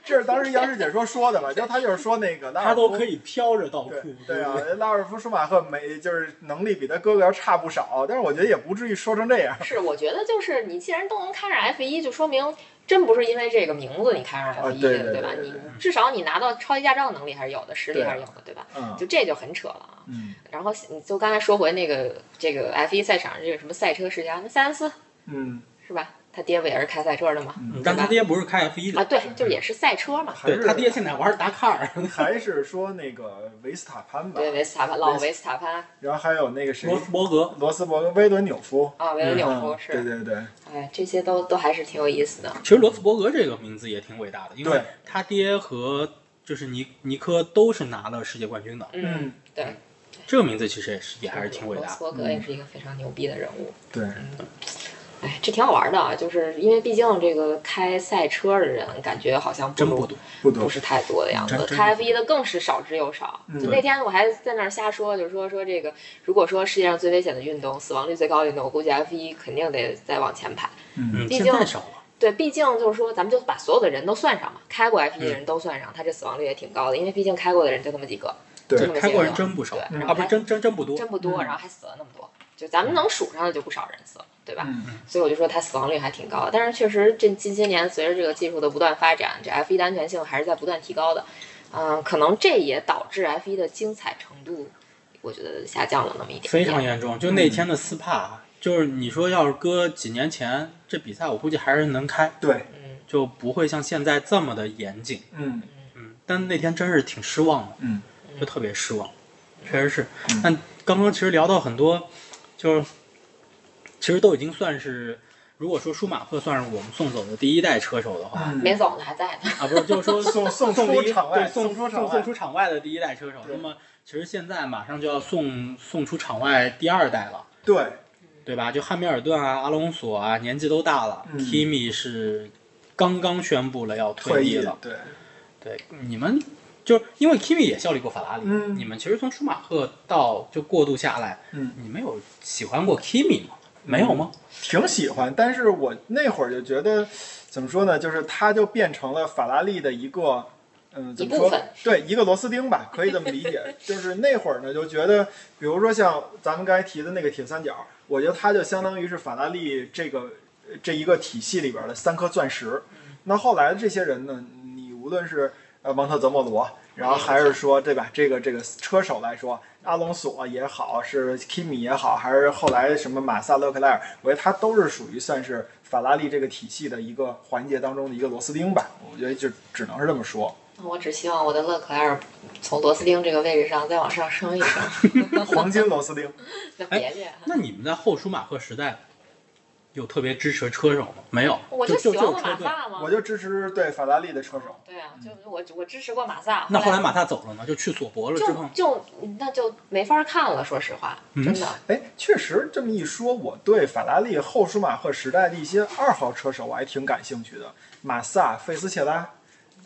S3: 这是当时杨师姐说说的吧，就他就是说那个拉尔
S5: 他都
S3: 夫
S5: 可以飘着倒
S3: 对
S5: 库，
S3: 对啊
S5: 不对，
S3: 拉尔夫舒马赫没就是能力比他哥哥要差不少，但是我觉得也不至于说成这样。
S2: 是，我觉得就是你既然都能看上 F 一，就说明真不是因为这个名字你看上 F
S3: 啊
S2: 一
S3: 对
S2: 的，
S3: 对对
S2: 吧？
S3: 对
S2: 你至少你拿到超级驾照能力还是有的，实力
S3: 对啊
S2: 还是有的，对吧？
S3: 嗯
S2: 就这就很扯了啊。
S3: 嗯
S2: 然后你就刚才说回那个这个 F 一赛场这个什么赛车世家，那塞恩斯
S3: 嗯，
S2: 是吧？他爹不也是开赛车的吗？
S4: 嗯但他爹不是开 F 一
S2: 啊，
S4: 的，
S2: 对，就也是赛车嘛。
S3: 还
S4: 对
S3: 是
S4: 他爹现在玩 达喀尔，
S3: 还是说那个维斯塔潘吧，
S2: 对，维斯塔潘，老
S3: 维斯
S2: 维斯塔潘
S3: 然后还有那个谁
S4: 罗斯伯格。
S3: 罗斯伯格、威伦纽夫，
S2: 啊，维伦纽夫
S3: 嗯对
S2: 是，
S3: 对对，
S2: 哎，这些都都还是挺有意思的。
S4: 其实罗斯伯格这个名字也挺伟大的，因为
S3: 对
S4: 他爹和就是尼尼科都是拿了世界冠军的，
S2: 嗯，对，
S4: 这个名字其实也是也还是挺伟
S2: 罗
S4: 大
S2: 斯
S4: 的。
S2: 伯格也是一个非常牛逼的人物。
S3: 对，
S2: 哎，这挺好玩的啊，就是因为毕竟这个开赛车的人，感觉好像不
S4: 真
S2: 如
S4: 不多，
S3: 不
S2: 不
S3: 多，
S2: 是太多的样子
S4: 真。真
S2: 开 F 一的更是少之又少。
S3: 嗯
S2: 就那天我还在那儿瞎说，就是说说这个，如果说世界上最危险的运动、死亡率最高的运动，我估计 F 一肯定得再往前排。
S4: 嗯，
S2: 毕
S4: 现
S2: 竟
S4: 在少了。
S2: 对，毕竟就是说，咱们就把所有的人都算上嘛，开过 F 一的
S4: 嗯
S2: 人都算上，他这死亡率也挺高的，因为毕竟开过的人就那么几个，
S3: 对
S2: 就那么
S4: 开
S2: 些
S4: 过人
S2: 个
S4: 真不少
S2: 对然
S4: 啊，
S2: 后
S4: 不是
S2: 还
S4: 真嗯真真不多。
S2: 真不多，然后还死了那么多，就咱们能数上的就不少人死了，对吧？
S3: 嗯
S2: 所以我就说它死亡率还挺高的。但是确实这近些年随着这个技术的不断发展，这 F 一的安全性还是在不断提高的。嗯、可能这也导致 F 一的精彩程度，我觉得下降了那么一点点。
S4: 非常严重。就那天的斯帕，就是你说要是搁几年前，这比赛我估计还是能开，
S3: 对，
S2: 嗯，
S4: 就不会像现在这么的严谨。
S3: 嗯
S4: 嗯，但那天真是挺失望的，
S3: 嗯，
S4: 就特别失望，确实是
S3: 嗯。
S4: 但刚刚其实聊到很多，就是其实都已经算是，如果说舒马赫算是我们送走的第一代车手的话，
S3: 嗯
S2: 没走呢，还在呢。
S4: 啊，不是，就是说
S3: 送送
S4: 送
S3: 出
S4: 离
S3: 场外
S4: 对，送
S3: 送出场
S4: 送
S3: 外
S4: 送出场外的第一代车手。
S3: 对
S4: 那么其实现在马上就要送送出场外第二代了，
S3: 对，
S4: 对吧？就汉密尔顿啊、阿隆索啊，年纪都大了、
S3: 嗯
S4: k i m i 是刚刚宣布了要
S3: 退
S4: 退
S3: 役
S4: 役了。
S3: 对，
S4: 对，你们就是因为 Kimi 也效力过法拉利，
S3: 嗯
S4: 你们其实从舒马赫到就过渡下来，
S3: 嗯
S4: 你们有喜欢过 Kimi 吗？没有吗？
S3: 挺喜欢，但是我那会儿就觉得，怎么说呢，就是它就变成了法拉利的一个，嗯，怎么
S2: 一部
S3: 说
S2: 分？
S3: 对，一个螺丝钉吧，可以这么 理解。就是那会儿呢，就觉得，比如说像咱们刚才提的那个铁三角，我觉得它就相当于是法拉利这个这一个体系里边的三颗钻石。那后来的这些人呢，你无论是呃蒙特泽莫罗，然后还是说对吧，这个这个车手来说，阿隆索也好，是 Kimi 也好，还是后来什么马萨勒克莱尔，我觉得他都是属于算是法拉利这个体系的一个环节当中的一个螺丝钉吧。我觉得就只能是这么说。
S2: 我只希望我的勒克莱尔从螺丝钉这个位置上再往上升一升，
S3: 黄金螺丝钉，
S2: 那别介。
S4: 那你们在后舒马赫时代有特别支持的车手吗？没有，
S2: 我
S4: 就
S2: 喜
S4: 就
S2: 欢
S4: 就
S2: 过马
S4: 车队。
S2: 萨嘛，
S3: 我就支持对法拉利的车手。
S2: 对啊，就我我支持过马萨。
S4: 那后
S2: 后
S4: 来马萨走了呢，就去索博了之
S2: 就
S4: 后，
S2: 就那就没法看了，说实话，
S4: 嗯
S2: 真的。
S3: 哎，确实这么一说，我对法拉利后舒马赫时代的一些二号车手我还挺感兴趣的，马萨、费斯切拉，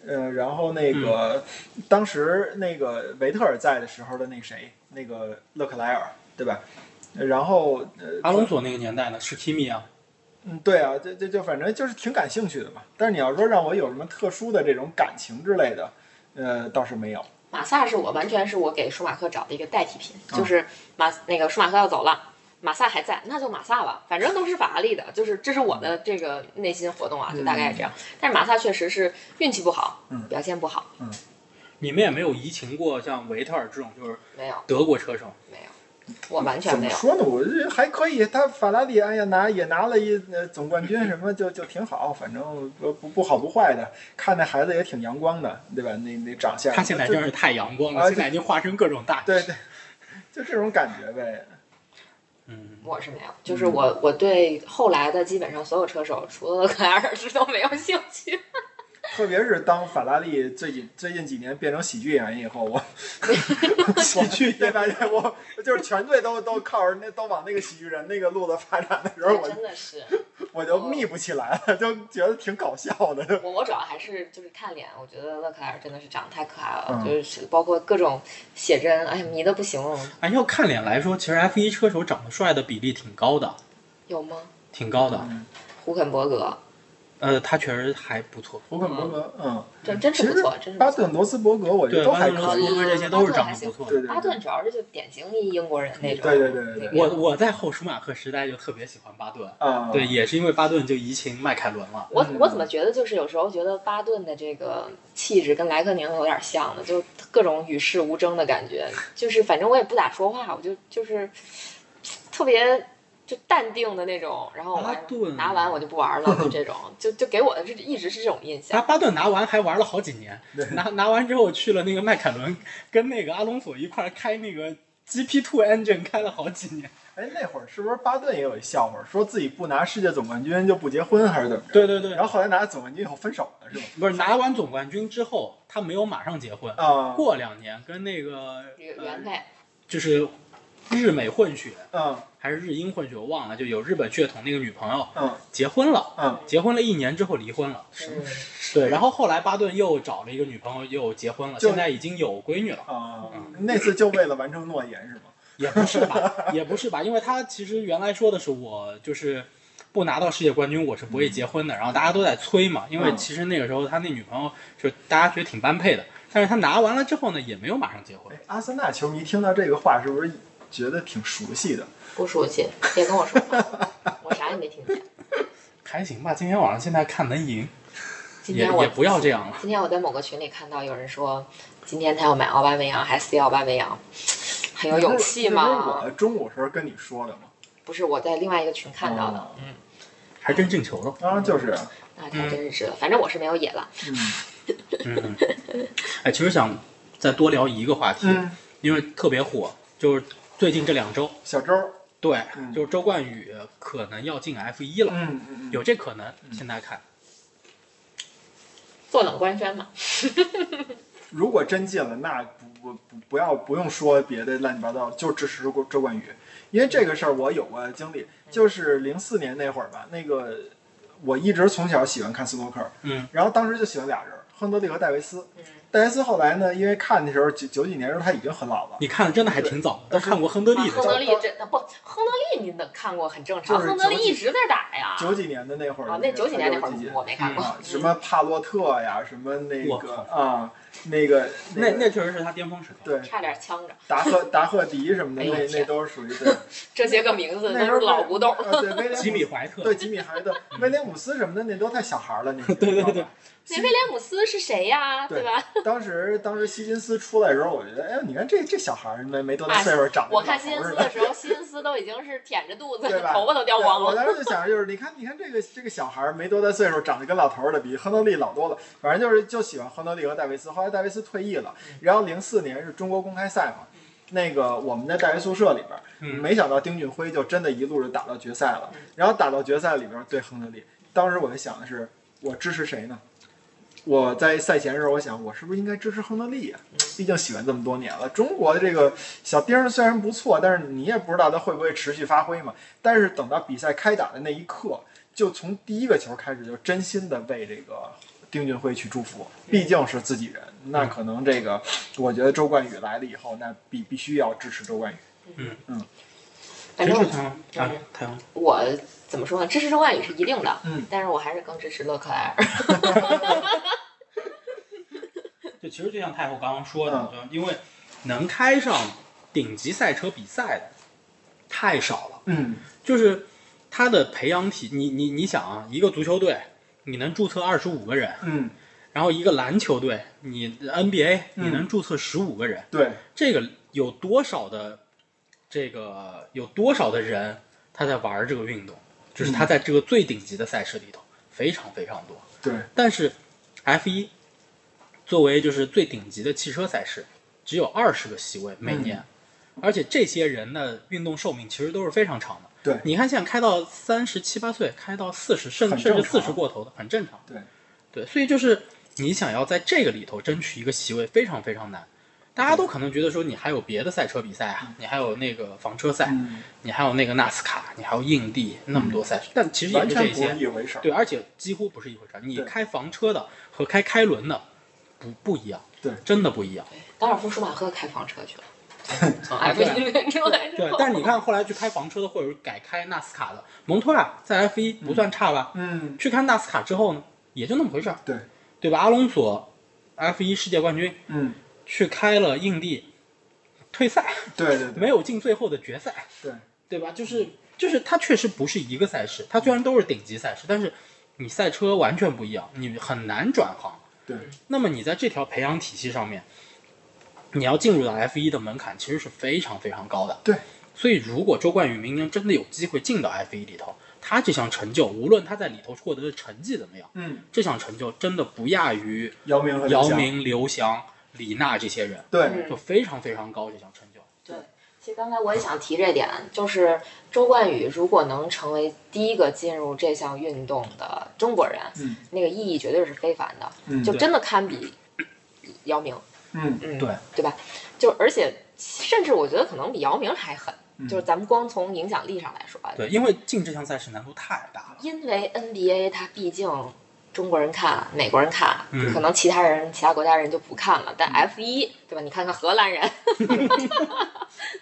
S3: 呃，然后那个、当时那个维特尔在的时候的那谁，那个勒克莱尔，对吧？然后呃，
S4: 阿隆索那个年代呢是 Kimi 啊，
S3: 嗯，对啊，这这就反正就是挺感兴趣的嘛。但是你要说让我有什么特殊的这种感情之类的，呃，倒是没有。
S2: 马萨是我完全是我给舒马赫找的一个代替品，
S4: 嗯
S2: 就是马那个舒马赫要走了，马萨还在，那就马萨吧，反正都是法拉利的，就是这是我的这个内心活动啊，就大概这样。
S4: 嗯
S2: 但是马萨确实是运气不好，
S3: 嗯
S2: 表现不好，
S4: 你们也没有移情过像维特尔这种就是
S2: 没有
S4: 德国车手，
S2: 没有，我完全
S3: 怎
S2: 没
S3: 么
S2: 有。
S3: 说呢？我这还可以，他法拉利哎呀拿也拿了一呃总冠军什么， 就就挺好，反正不不不好不坏的。看那孩子也挺阳光的，对吧？那那长相，
S4: 他现在
S3: 就
S4: 真是太阳光了，
S3: 啊
S4: 现在已经化身各种大。
S3: 对对， 就这种感觉呗。
S4: 嗯，
S2: 我是没有，就是我我对后来的基本上所有车手，除了勒克莱尔是都没有兴 趣。
S3: 特别是当法拉利最近最近几年变成喜剧演员以后，我 喜剧对吧？我就是全队都都靠着那都往那个喜剧人那个路子发展的时候，我就
S2: 真的是，
S3: 我就密不起来了，就觉得挺搞笑的。
S2: 我我主要还是就是看脸，我觉得勒克莱尔真的是长得太可爱了，
S3: 嗯
S2: 就是包括各种写真，哎呀迷的不行了。
S4: 哎，要看脸来说，其实 F 1车手长得帅的比例挺高的，
S2: 有吗？
S4: 嗯挺高的。
S2: 胡肯伯格，
S4: 呃，他确实还不错。
S3: 福肯伯格，嗯，
S2: 真真
S3: 其
S2: 是不
S3: 实
S2: 错，真是不
S3: 巴
S2: 错。
S3: 顿罗斯伯格我觉
S4: 对，
S3: 得都
S4: 巴
S3: 还
S4: 顿罗
S3: 可
S4: 斯
S3: 以
S4: 伯，格这些都是长得不错的。
S3: 对对
S2: 巴
S3: 对
S2: 顿主要是就典型一英国人那种，
S3: 对对对对对
S2: 那
S4: 我
S2: 个
S4: 我在后舒马赫时代就特别喜欢巴顿，
S3: 啊，
S4: 对，也是因为巴顿就移情迈凯伦了。
S2: 我我怎么觉得就是有时候觉得巴顿的这个气质跟莱克宁有点像呢，就是各种与世无争的感觉，就是反正我也不咋说话，我就就是特别就淡定的那种，然后我
S4: 巴
S2: 还
S4: 顿
S2: 拿完我就不玩 了，就这种，就就给我的是一直是这种印
S4: 他
S2: 象。
S4: 巴顿拿完还玩了好几年
S3: 对，
S4: 拿拿完之后去了那个迈凯伦， 跟那个阿隆索一块儿开那个 GP Two Engine 开了好几年。
S3: 哎，那会儿是不是巴顿也有一笑话，说自己不拿世界总冠军就不结婚，还是怎么着？
S4: 对对对
S3: 然，后后来拿了总冠军以后分手了，是吗？
S4: 不是拿完总冠军之后，他没有马上结婚，
S3: 啊，
S4: 过两年跟那个
S2: 原
S4: 呃
S2: 原配，
S4: 就是日美混血
S3: 嗯
S4: 还是日英混血，我忘了，就有日本血统那个女朋友
S3: 嗯
S4: 结婚了，
S3: 嗯，
S4: 结婚了一年之后离婚了。
S2: 嗯，
S4: 对，然后后来巴顿又找了一个女朋友，又结婚了，
S3: 就
S4: 现在已经有闺女了，
S3: 啊，
S4: 嗯
S3: 那次就为了完成诺言是吗？
S4: 也不是吧， 也不是吧，因为他其实原来说的是我就是不拿到世界冠军我是不会结婚的，然后大家都在催嘛，因为
S3: 嗯
S4: 其实那个时候他那女朋友就大家觉得挺般配的，但是他拿完了之后呢，也没有马上结婚
S3: 哎。，阿森纳球迷听到这个话是不是觉得挺熟悉的？
S2: 不熟悉，别跟我说话，我啥也没听见。
S4: 还行吧，今天晚上现在看能赢，
S2: 今
S4: 也
S2: 天我
S4: 也不要这样了。
S2: 今天我在某个群里看到有人说，今天他要买奥巴梅扬，还撕奥巴梅扬，很有勇气
S3: 这不是
S2: 嘛
S3: 我？中午时候跟你说的吗？
S2: 不是，我在另外一个群看到的
S3: 哦，
S2: 嗯，
S4: 还真进球了。
S3: 啊，就是，
S2: 那还真是值得。反正我是没有野了，
S3: 嗯
S4: 嗯， 哎，其实想再多聊一个话题，
S3: 嗯，
S4: 因为特别火，就是最近这两周，
S3: 小周，
S4: 对，
S3: 嗯
S4: 就是周冠宇可能要进 F 一了，
S3: 嗯嗯
S4: 有这可能。现在看，
S2: 坐等官宣嘛。
S3: 如果真进了，那不不不不要不用说别的乱七八糟，就支持周周冠宇，因为这个事儿我有过经历，就是
S2: 嗯
S3: 零四年那会儿吧，那个我一直从小喜欢看斯诺克，
S4: 嗯，
S3: 然后当时就喜欢俩人，亨德利和戴维斯，
S2: 嗯，
S3: 戴维斯后来呢，因为看的时候九九几年的时候他已经很老了，
S4: 你看的真的还挺早的，都看过亨德利的
S2: 啊亨德
S4: 球。
S2: 利这不，亨德利你能看过很正常，
S3: 就是
S2: 亨德利一直在打呀。
S3: 九几年的那会儿
S2: 啊，那九几年那嗯会
S3: 还有几届
S2: 儿我没看过
S3: 啊，，什么帕洛特呀，什么那
S4: 我
S3: 个
S4: 靠
S3: 啊，那个
S4: 那
S3: 个
S4: 那确实是他巅峰时刻。
S3: 对
S2: 差点呛着。
S3: 达赫达赫迪什么的，
S2: 哎呦
S3: 那
S2: 天
S3: 那都是属于对。
S2: 这些个名字
S3: 那
S2: 都
S3: 时
S2: 是
S3: 候
S2: 老古董。
S3: 呃 对，威廉姆斯
S4: 吉米怀特，
S3: 对吉米孩 子，威廉姆斯什么的那都太小孩了，那些
S4: 对对对对。
S2: 那威廉姆斯是谁呀？
S3: 对
S2: 对吧？
S3: 当时当时希金斯出来的时候，我觉得，哎呦，你看这这小孩儿没没多大
S2: 啊
S3: 岁数，长得
S2: 我
S3: 跟老
S2: 看
S3: 头
S2: 希恩
S3: 似
S2: 斯
S3: 的
S2: 的。时候，希恩斯都已经是舔着肚子
S3: 对，吧
S2: 头发都掉
S3: 对
S2: 光
S3: 我
S2: 了。
S3: 当时就想，就是你看，你看这个这个小孩儿没多大岁数，长得跟老头儿的，比亨德利老多了。反正就是就喜欢亨德利和戴维斯。后来戴维斯退役了，
S2: 嗯
S3: 然后零四年是中国公开赛嘛，那个我们在大学宿舍里边儿，
S4: 嗯
S3: 没想到丁俊晖就真的一路就打到决赛
S2: 嗯
S3: 了。然后打到决赛里边儿对亨德利，当时我就想的是，我支持谁呢？我在赛前的时候，我想我是不是应该支持亨德利啊？
S2: 嗯
S3: 毕竟喜欢这么多年了。中国的这个小丁儿虽然不错，但是你也不知道他会不会持续发挥嘛。但是等到比赛开打的那一刻，就从第一个球开始，就真心的为这个丁俊晖去祝福，毕竟是自己人。那可能这个，我觉得周冠宇来了以后，那必必须要支持周冠宇。
S2: 反
S4: 谁
S2: 正
S4: 是
S2: 我
S4: 太阳啊？太阳，
S2: 我怎么说呢？支持周冠宇是一定的，
S3: 嗯，
S2: 但是我还是更支持勒克莱尔。
S4: 就其实就像太后刚刚说的，
S3: 嗯
S4: 就因为能开上顶级赛车比赛的太少了。
S3: 嗯
S4: 就是他的培养体，你你你想啊，一个足球队你能注册二十五个人，
S3: 嗯，
S4: 然后一个篮球队，你 NBA
S3: 嗯
S4: 你能注册十五个人，
S3: 对，
S4: 这个有多少的这个有多少的人他在玩这个运动，就是
S3: 嗯
S4: 他在这个最顶级的赛事里头非常非常多。
S3: 对，
S4: 但是 F 一作为就是最顶级的汽车赛事，只有二十个席位
S3: 嗯
S4: 每年，而且这些人的运动寿命其实都是非常长的。
S3: 对
S4: 你看现在开到三十七八岁，开到四十，甚
S3: 很
S4: 甚
S3: 正
S4: 至
S3: 常
S4: 四十过头的，很正常。
S3: 对，
S4: 对，所以就是你想要在这个里头争取一个席位，非常非常难。大家都可能觉得说你还有别的赛车比赛啊，你还有那个房车赛，
S3: 嗯，
S4: 你还有那个纳斯卡，你还有印地那么多赛事，但其实也
S3: 完
S4: 就这
S3: 全不
S4: 些
S3: 是。一回事儿。
S4: 对，而且几乎不是一回事儿。你
S3: 对
S4: 开房车的和开开轮的不不一样，
S3: 对
S4: 真的不一样。
S2: 高尔夫舒马赫开房车去了，从 F 一练出来之
S4: 啊对
S2: 后，，
S4: 但你看后来去开房车的，或者是改开纳斯卡的，蒙托拉在 F 一不算差吧？
S3: 嗯，
S4: 去看纳斯卡之后呢，也就那么回事儿，
S3: 对，
S4: 对吧？阿隆索 F 一世界冠军，
S3: 嗯，
S4: 去开了印地，退赛，
S3: 对对对
S4: 没有进最后的决赛，
S3: 对，
S4: 对吧？就是就是它确实不是一个赛事，它虽然都是顶级赛事，但是你赛车完全不一样，你很难转行。
S3: 对，
S4: 那么你在这条培养体系上面，你要进入到 F 一的门槛其实是非常非常高的。
S3: 对，
S4: 所以如果周冠宇明年真的有机会进到 F 一里头，他这项成就，无论他在里头获得的成绩怎么样，
S3: 嗯，
S4: 这项成就真的不亚于
S3: 姚明和刘
S4: 姚
S3: 翔，
S4: 明、刘翔、李娜这些人，
S3: 对，
S2: 嗯
S4: 就非常非常高这项成就。
S2: 其实刚才我也想提这点，就是周冠宇如果能成为第一个进入这项运动的中国人，
S3: 嗯
S2: 那个意义绝对是非凡的，
S3: 嗯，
S2: 就
S4: 对
S2: 真的堪比姚明，
S3: 嗯
S2: 嗯，
S4: 对
S2: 对吧？就而且甚至我觉得可能比姚明还狠，
S3: 嗯
S2: 就是咱们光从影响力上来说啊，
S4: 对，因为进这项赛事难度太大了。
S2: 因为 NBA 它毕竟中国人看、美国人看，
S4: 嗯
S2: 可能其他人、其他国家人就不看了。但 F 一，对吧？你看看荷兰人，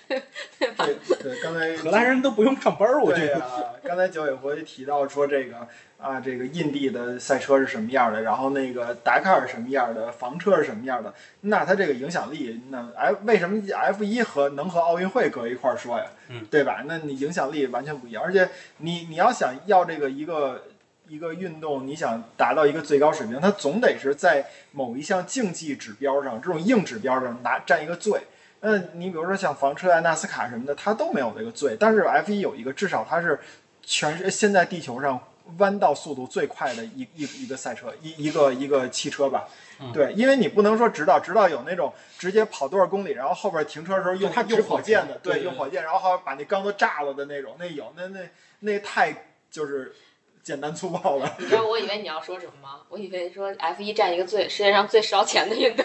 S3: 对对，刚才
S4: 荷兰人都不用上班儿，我觉
S3: 对
S4: 得。
S3: 啊，刚才九尾狐提到说这个啊，这个印地的赛车是什么样的，然后那个达喀尔是什么样的，房车是什么样的，那它这个影响力，那 F 为什么 F 一和能和奥运会搁一块儿说呀？
S4: 嗯，
S3: 对吧？那你影响力完全不一样，而且你你要想要这个一个。一个运动，你想达到一个最高水平，它总得是在某一项竞技指标上，这种硬指标上拿占一个最。那你比如说像房车啊、纳斯卡什么的，它都没有这个罪。但是 F 一有一个，至少它是全是现在地球上弯道速度最快的一一一个赛车，一一个一个汽车吧。
S4: 嗯
S3: 对，因为你不能说直道，直道有那种直接跑多少公里，然后后边停车的时候用
S4: 它直
S3: 用
S4: 跑
S3: 火箭的，
S4: 对对对
S3: 用火箭，然后好像把那缸都炸了的那种，那有那那那太就是简单粗暴了。
S2: 你知道我以为你要说什么吗？我以为说 F 一占一个最世界上最烧钱的运动，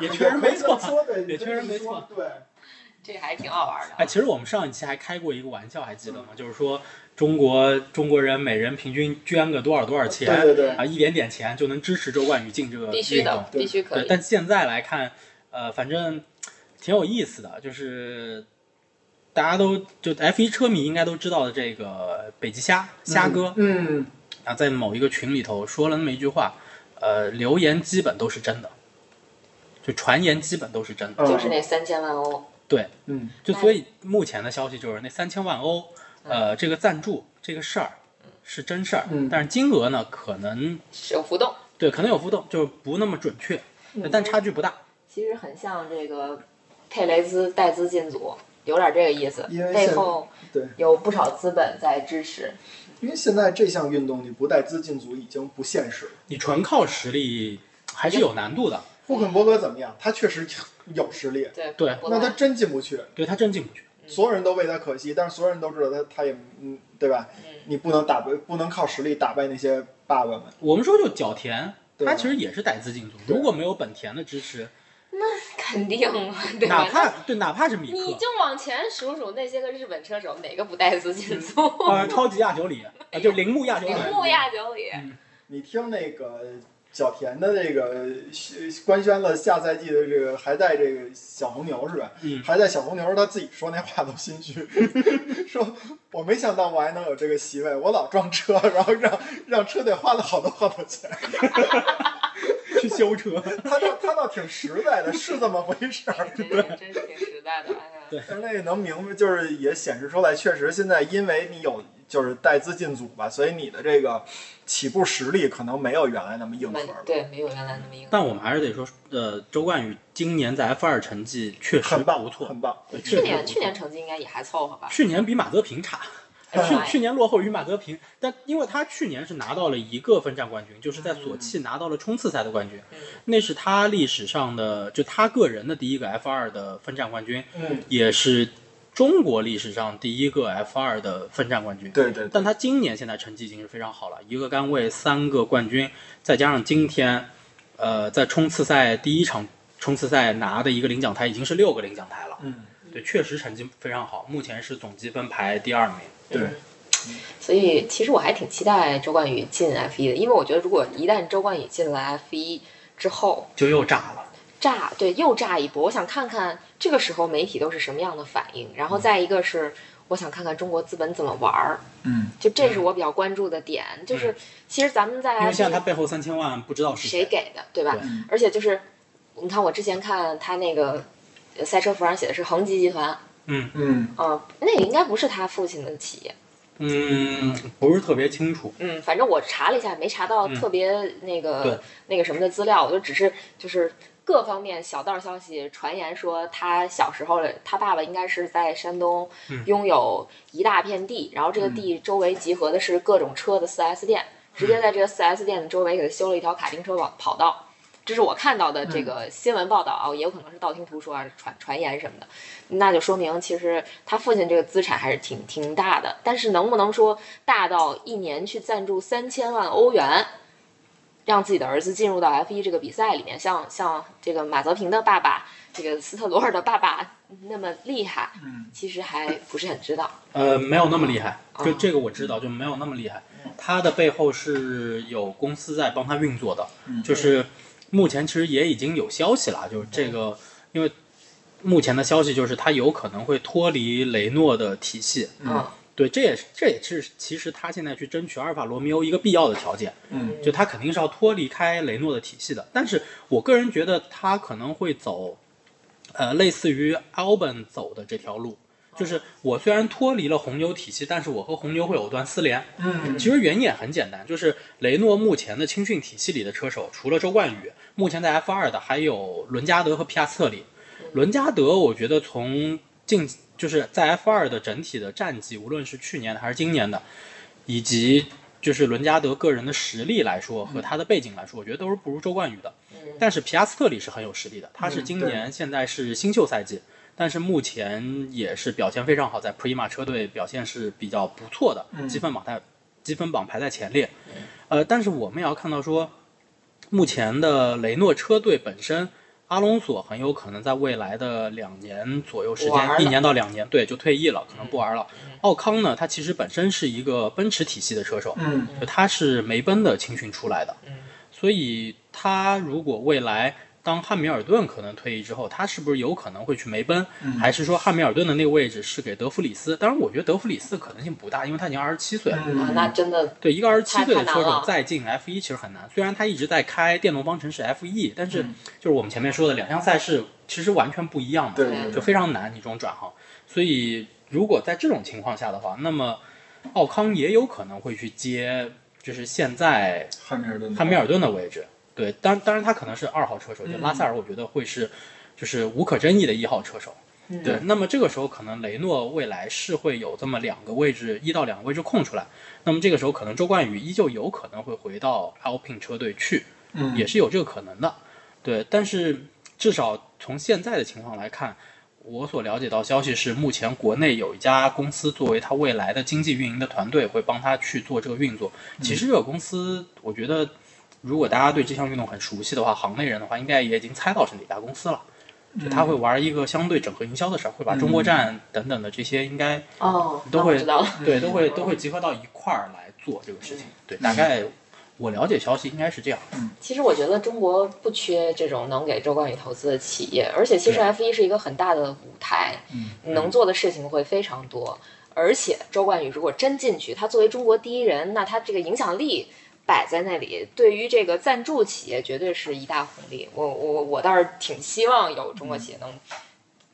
S4: 也 确实没错
S3: 说的，
S4: 也确实没错，
S3: 对，
S2: 这还挺好玩
S4: 哎，
S2: 的。
S4: 其实我们上一期还开过一个玩笑，还记得吗？就是说中国中国人每人平均捐个多少多少钱
S3: 对对对
S4: 啊，一点点钱就能支持周冠宇进这个
S2: 必须
S4: 运
S2: 的
S4: 动，
S3: 对
S2: 必须可
S4: 对，
S2: 以。
S4: 但现在来看，呃，反正挺有意思的，就是大家都就 F 一车迷应该都知道的这个北极虾虾哥、
S3: 嗯，
S4: 啊，在某一个群里头说了那么一句话，呃，留言基本都是真的，就传言基本都是真的。
S3: 嗯
S2: 就是那三千万欧，
S3: 嗯
S4: 就所以目前的消息就是那三千万欧，呃，这个赞助这个事儿是真事儿，
S3: 嗯
S4: 但是金额呢可能
S2: 是有浮动。
S4: 对可能有浮动，就是不那么准确，
S2: 嗯
S4: 但差距不大。
S2: 其实很像这个佩雷兹带资进组，有点这个意思
S3: 因为。
S2: 背
S3: 现
S2: 后
S3: 对
S2: 有不少资本在支持。
S3: 因为现在这项运动你不带资进组已经不现实了。
S4: 你纯靠实力还是有难度的，
S3: 霍肯伯格怎么样？他确实有实力，
S2: 对
S4: 对
S2: 不
S3: 那他
S2: 赖
S3: 真进不去，
S4: 对他真进不去。
S3: 所有人都为他可惜，但是所有人都知道他，他也嗯，对吧？
S2: 嗯，
S3: 你不能打败，不能靠实力打败那些爸爸们。
S4: 我们说就角田，
S3: 对
S4: 他其实也是带资进组，
S3: 对
S4: 如果没有本田的支持，
S2: 肯定啊，对吧
S4: 哪？怕对哪怕是米
S2: 你
S4: 克，
S2: 就往前数数那些个日本车手，哪个不带资进组？
S4: 呃，超级亚久里，啊，就铃木亚久里
S2: 铃，木亚久里，
S4: 嗯
S3: 你听那个小田的这个官宣了下赛季的这个还带这个小红牛是吧？
S4: 嗯
S3: 还带小红牛，他自己说那话都心虚， 说我没想到我还能有这个席位，我老撞车，然后让让车队花了好多好多钱。
S4: 去修车。
S3: 他倒他倒挺实在的，是这么回事儿。
S2: 真是真是挺实在的。哎呀
S4: 对
S3: 但是那个能明白，就是也显示出来，确实现在因为你有就是带资进组吧，所以你的这个起步实力可能没有原来那么硬核
S2: 没
S3: 了。
S2: 对，没有原来那么硬。
S4: 但我们还是得说，呃，周冠宇今年在 F 二成绩确实
S3: 很棒，
S4: 不错，
S3: 很棒。嗯
S4: 对确
S2: 去
S4: 实
S2: 年
S4: 不错
S2: 去年成绩应该也还凑合吧？
S4: 去年比马泽平差，
S2: 哎
S4: 去去年落后于马泽平，但因为他去年是拿到了一个分站冠军，就是在
S3: 嗯
S4: 索契拿到了冲刺赛的冠军，
S2: 嗯
S4: 那是他历史上的就他个人的第一个 F 二的分站冠军，
S3: 嗯，
S4: 也是中国历史上第一个 F 二的分站冠军。
S3: 对对对
S4: 但他今年现在成绩已经是非常好了，一个杆位三个冠军，再加上今天，呃，在冲刺赛第一场冲刺赛拿的一个领奖台已经是六个领奖台了，
S3: 嗯，
S4: 对，确实成绩非常好，目前是总积分排第二名。
S3: 对，
S2: 所以其实我还挺期待周冠宇进 F 一的，因为我觉得如果一旦周冠宇进了 F 一之后，
S4: 就又炸了，
S2: 炸，对，又炸一波。我想看看这个时候媒体都是什么样的反应，然
S4: 嗯
S2: 后再一个是我想看看中国资本怎么玩儿，
S3: 嗯，
S2: 就这是我比较关注的点。就是其实咱们在
S4: 嗯因为现在他背后三千万不知道是
S2: 谁给的，对吧？
S4: 对
S2: 而且就是你看，我之前看他那个呃赛车服上写的是恒基集团，
S3: 嗯，
S2: 嗯、那个应该不是他父亲的企业，
S4: 嗯，不是特别清楚。
S2: 嗯，反正我查了一下，没查到
S4: 嗯
S2: 特别那
S4: 对
S2: 个、那个什么的资料，我就只是就是各方面小道消息传言说他小时候他爸爸应该是在山东
S4: 嗯
S2: 拥有一大片地，然后这个地周围集合的是各种车的 4S 店，直
S4: 嗯
S2: 接在这个 4S 店的周围给他修了一条卡丁车跑跑道。这是我看到的这
S4: 嗯
S2: 个新闻报道啊，也有可能是道听途说啊、传传言什么的，那就说明其实他父亲这个资产还是挺挺大的。但是能不能说大到一年去赞助三千万欧元，让自己的儿子进入到 F 1这个比赛里面，像像这个马泽平的爸爸，这个斯特罗尔的爸爸那么厉害，
S3: 嗯，
S2: 其实还不是很知道。
S4: 呃，没有那么厉害，
S2: 啊
S4: 就这个我知道，就没有那么厉害。他的背后是有公司在帮他运作的，
S3: 嗯
S4: 就是目前其实也已经有消息了，就是这个，因为目前的消息就是他有可能会脱离雷诺的体系。
S2: 嗯
S4: 对，这也是这也是其实他现在去争取阿尔法罗密欧一个必要的条件，
S3: 嗯，
S4: 就他肯定是要脱离开雷诺的体系的。但是我个人觉得他可能会走，呃，类似于 Albon 走的这条路，就是我虽然脱离了红牛体系，但是我和红牛会有段丝连。
S3: 嗯，
S4: 其实原因也很简单，就是雷诺目前的青训体系里的车手，除了周冠宇，目前在 F 二的还有伦加德和皮亚策里。伦加德，我觉得从近就是在 F 二的整体的战绩，无论是去年的还是今年的，以及就是伦加德个人的实力来说和他的背景来说，我觉得都是不如周冠宇的。但是皮亚斯特里是很有实力的，他是今年现在是新秀赛季，但是目前也是表现非常好，在 Prima 车队表现是比较不错的，积分榜在积分榜排在前列。呃，但是我们也要看到说，目前的雷诺车队本身。阿隆索很有可能在未来的两年左右时
S2: 不玩
S4: 间，
S2: 了嗯
S4: 一年到两年，对，就退役了，可能不玩了。奥康呢，他其实本身是一个奔驰体系的车手，
S3: 嗯，
S4: 就他是梅奔的青训出来的，
S2: 嗯
S4: 所以他如果未来当汉密尔顿可能退役之后，他是不是有可能会去梅奔？
S2: 嗯
S4: 还是说汉密尔顿的那个位置是给德弗里斯？当然，我觉得德弗里斯可能性不大，因为他已经二十七岁了。
S2: 啊，那真的
S4: 对一个二十七
S2: 太
S4: 岁的
S2: 太难
S4: 车手
S2: 了
S4: 再进 F 一其实很难，虽然他一直在开电动方程式 F 一，但
S2: 嗯
S4: 是就是我们前面说的两项赛事其实完全不一样嘛，
S3: 对对对
S4: 就非常难一种转行。所以如果在这种情况下的话，那么奥康也有可能会去接，就是现在
S3: 汉密尔顿，
S4: 汉密尔顿的位置。对，当当然他可能是二号车手，就拉塞尔，我觉得会是就是无可争议的一号车手。对，那么这个时候可能雷诺未来是会有这么两个位置，一到两个位置空出来。那么这个时候可能周冠宇依旧有可能会回到 Alpine 车队去，
S3: 嗯
S4: 也是有这个可能的。对，但是至少从现在的情况来看，我所了解到消息是，目前国内有一家公司作为他未来的经济运营的团队，会帮他去做这个运作。其实这个公司，我觉得如果大家对这项运动很熟悉的话，行内人的话，应该也已经猜到是哪家公司了。就他会玩一个相对整合营销的事儿，会把中国站等等的这些应该
S2: 哦，那
S4: 都
S2: 我
S4: 会
S2: 知道了。
S4: 对都会都会集合到一块儿来做这个事情。对，大概我了解消息应该是这样。
S2: 其实我觉得中国不缺这种能给周冠宇投资的企业，而且其实
S4: 对
S2: F 一是一个很大的舞台，你能做的事情会非常多。而且周冠宇如果真进去，他作为中国第一人，那他这个影响力摆在那里，对于这个赞助企业绝对是一大红利。我我我倒是挺希望有中国企业能